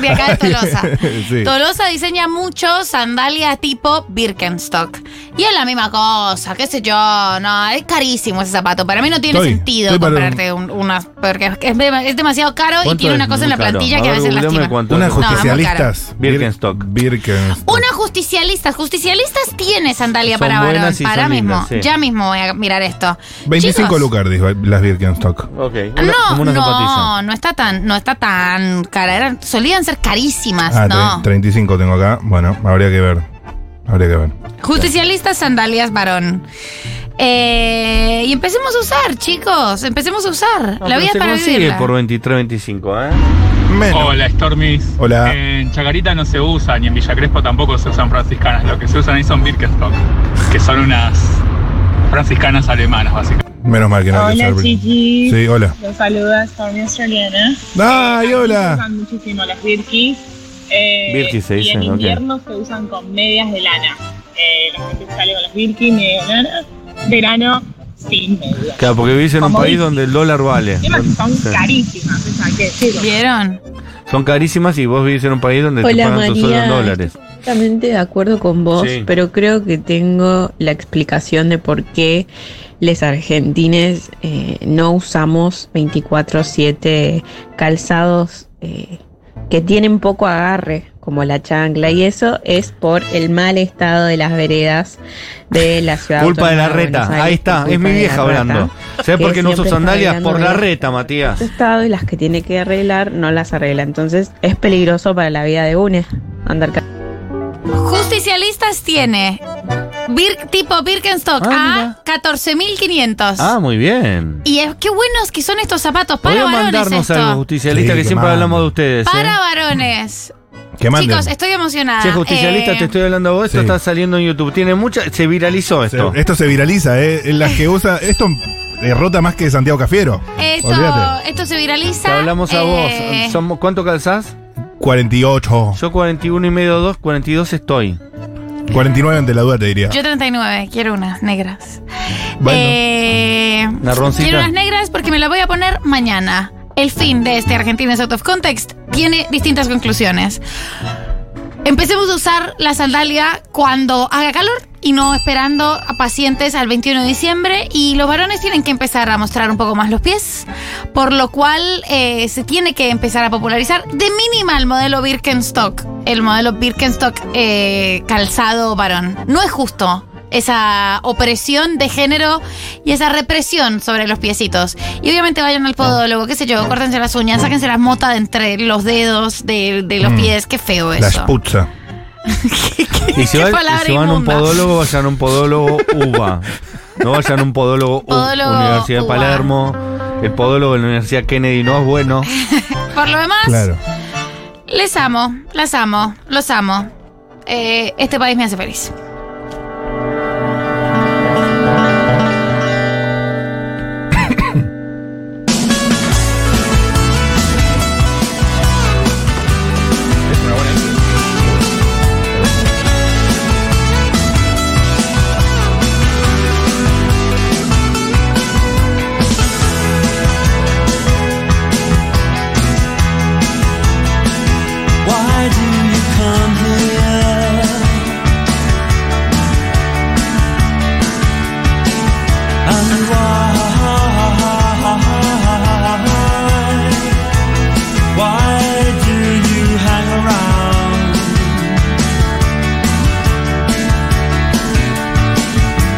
[SPEAKER 3] de acá de Tolosa.
[SPEAKER 4] Sí.
[SPEAKER 3] Tolosa diseña mucho sandalias tipo Birkenstock. Y es la misma cosa, qué sé yo. No, es carísimo ese zapato. Para mí no tiene
[SPEAKER 1] Estoy-
[SPEAKER 3] sentido
[SPEAKER 1] estoy para-
[SPEAKER 3] comprarte un- unas. Porque es, es demasiado caro y
[SPEAKER 1] ¿Cuánto
[SPEAKER 3] tiene
[SPEAKER 1] es
[SPEAKER 3] una cosa en la
[SPEAKER 1] muy caro?
[SPEAKER 3] plantilla que a
[SPEAKER 1] ver,
[SPEAKER 3] veces
[SPEAKER 1] googleame
[SPEAKER 3] lastima.
[SPEAKER 1] cuánto
[SPEAKER 4] Una
[SPEAKER 1] es.
[SPEAKER 4] justicialistas.
[SPEAKER 1] Birkenstock.
[SPEAKER 4] Birkenstock.
[SPEAKER 3] Una justicialista. Justicialistas tiene sandalia
[SPEAKER 4] Son
[SPEAKER 3] para varón.
[SPEAKER 4] buenas y
[SPEAKER 3] Para
[SPEAKER 4] son
[SPEAKER 3] mismo.
[SPEAKER 4] lindas, sí.
[SPEAKER 3] Ya mismo voy a mirar esto.
[SPEAKER 4] 25
[SPEAKER 3] Chicos,
[SPEAKER 4] lucas, dijo las Birkenstock.
[SPEAKER 1] Ok.
[SPEAKER 3] no, no, no está tan, no está tan cara. Eran, solían ser carísimas,
[SPEAKER 4] Ah,
[SPEAKER 3] ¿no?
[SPEAKER 4] tre- 35 tengo acá. Bueno, habría que ver. Habría que ver.
[SPEAKER 3] Justicialistas sandalias varón. Eh, y empecemos a usar, chicos. Empecemos a usar. la
[SPEAKER 1] Pero
[SPEAKER 3] vida es
[SPEAKER 1] se
[SPEAKER 3] para
[SPEAKER 1] consigue
[SPEAKER 3] vivirla.
[SPEAKER 1] por 23, 25, ¿eh?
[SPEAKER 5] Hola, Stormis.
[SPEAKER 4] Hola.
[SPEAKER 5] En Chacarita no se usa, ni en Villa Crespo tampoco se usan franciscanas. Lo que se usan ahí son Birkenstock, que son unas franciscanas alemanas, básicamente.
[SPEAKER 4] Menos mal que no hay que
[SPEAKER 5] Hola,
[SPEAKER 4] usar-
[SPEAKER 5] chiquis.
[SPEAKER 4] Sí, hola.
[SPEAKER 5] Los saluda Stormy Australiana.
[SPEAKER 4] ¡Ay, hola!
[SPEAKER 5] usan muchísimo las Birkis. eh,
[SPEAKER 1] Birkis se
[SPEAKER 5] y
[SPEAKER 1] dicen,
[SPEAKER 5] en
[SPEAKER 1] ok.
[SPEAKER 5] invierno se usan con medias de lana. Eh, la gente sale con las Birkis, medias de lana. Verano, sin medias.
[SPEAKER 1] Claro, porque vivís en un
[SPEAKER 5] Como
[SPEAKER 1] país
[SPEAKER 5] dice.
[SPEAKER 1] donde el dólar vale.
[SPEAKER 5] Encima que son
[SPEAKER 1] Sí.
[SPEAKER 5] carísimas, eso hay que decirlo.
[SPEAKER 3] ¿Vieron?
[SPEAKER 1] Son carísimas y vos vivís en un país donde te
[SPEAKER 12] Hola,
[SPEAKER 1] pagan tu sueldo en
[SPEAKER 12] María.
[SPEAKER 1] dólares.
[SPEAKER 12] Totalmente de acuerdo con vos,
[SPEAKER 1] Sí.
[SPEAKER 12] pero creo que tengo la explicación de por qué los argentines eh, no usamos 24/7 calzados eh, que tienen poco agarre, como la chancla, y eso es por el mal estado de las veredas de la ciudad.
[SPEAKER 1] Culpa de la
[SPEAKER 12] autónoma de
[SPEAKER 1] reta.
[SPEAKER 12] Buenos Aires,
[SPEAKER 1] Ahí está,
[SPEAKER 12] por
[SPEAKER 1] es
[SPEAKER 12] culpa
[SPEAKER 1] mi
[SPEAKER 12] de la
[SPEAKER 1] vieja
[SPEAKER 12] rata,
[SPEAKER 1] hablando. ¿Sabes
[SPEAKER 12] que
[SPEAKER 1] por qué no uso
[SPEAKER 12] siempre está
[SPEAKER 1] sandalias?
[SPEAKER 12] regando
[SPEAKER 1] Por la
[SPEAKER 12] de-
[SPEAKER 1] reta, Matías.
[SPEAKER 12] su Este estado y las que tiene que arreglar no las arregla. Entonces es peligroso para la vida de une andar ca-
[SPEAKER 3] Justicialistas tiene Bir- tipo Birkenstock a 14.500.
[SPEAKER 1] Ah, muy bien.
[SPEAKER 3] Y es qué buenos que son estos zapatos para
[SPEAKER 1] Podrían
[SPEAKER 3] varones
[SPEAKER 1] mandarnos
[SPEAKER 3] esto.
[SPEAKER 1] a los justicialistas
[SPEAKER 4] Sí,
[SPEAKER 1] que
[SPEAKER 4] que
[SPEAKER 1] siempre
[SPEAKER 4] manden.
[SPEAKER 1] hablamos de ustedes. ¿eh?
[SPEAKER 3] Para varones.
[SPEAKER 4] Que manden.
[SPEAKER 3] Chicos, estoy emocionada.
[SPEAKER 1] Che, justicialista,
[SPEAKER 3] Eh,
[SPEAKER 1] te estoy hablando a vos. Esto
[SPEAKER 4] Sí.
[SPEAKER 1] está saliendo en YouTube. Tiene mucha. Se viralizó esto.
[SPEAKER 4] Esto se viraliza, ¿eh? Las que usa. Esto derrota más que Santiago Cafiero.
[SPEAKER 3] Esto,
[SPEAKER 4] Olvídate.
[SPEAKER 3] esto se viraliza.
[SPEAKER 1] Te hablamos a
[SPEAKER 3] eh,
[SPEAKER 1] vos. Somos- ¿Cuánto calzás?
[SPEAKER 4] 48.
[SPEAKER 1] Yo 41 y medio, 2, 42 estoy.
[SPEAKER 4] 49 ante la duda te diría.
[SPEAKER 3] Yo 39, quiero unas negras.
[SPEAKER 4] Bueno.
[SPEAKER 3] Eh,
[SPEAKER 4] Una roncita.
[SPEAKER 3] Quiero unas negras porque me las voy a poner mañana. El fin de este Argentinos Out of Context tiene distintas conclusiones. Empecemos a usar la sandalia cuando haga calor y no esperando a pacientes al 21 de diciembre. Y los varones tienen que empezar a mostrar un poco más los pies, por lo cual eh, se tiene que empezar a popularizar de mínima el modelo Birkenstock, el modelo Birkenstock eh, calzado varón. No es justo esa opresión de género y esa represión sobre los piecitos. Y obviamente vayan al podólogo, qué sé yo, córtense las uñas, sáquense las motas de entre los dedos de, de los
[SPEAKER 1] Mm.
[SPEAKER 3] pies, qué feo
[SPEAKER 4] La
[SPEAKER 3] eso. Ah,
[SPEAKER 4] sputza.
[SPEAKER 1] Y si,
[SPEAKER 3] Qué
[SPEAKER 1] van-
[SPEAKER 3] palabra
[SPEAKER 1] si van a un
[SPEAKER 3] inmunda.
[SPEAKER 1] podólogo, vayan a un podólogo UBA. No vayan a un podólogo, U-
[SPEAKER 3] Podólogo
[SPEAKER 1] Universidad de
[SPEAKER 3] UBA.
[SPEAKER 1] Palermo. El podólogo de la Universidad Kennedy no es bueno.
[SPEAKER 3] Por lo demás, les amo, las amo, los amo. Eh, este país me hace feliz.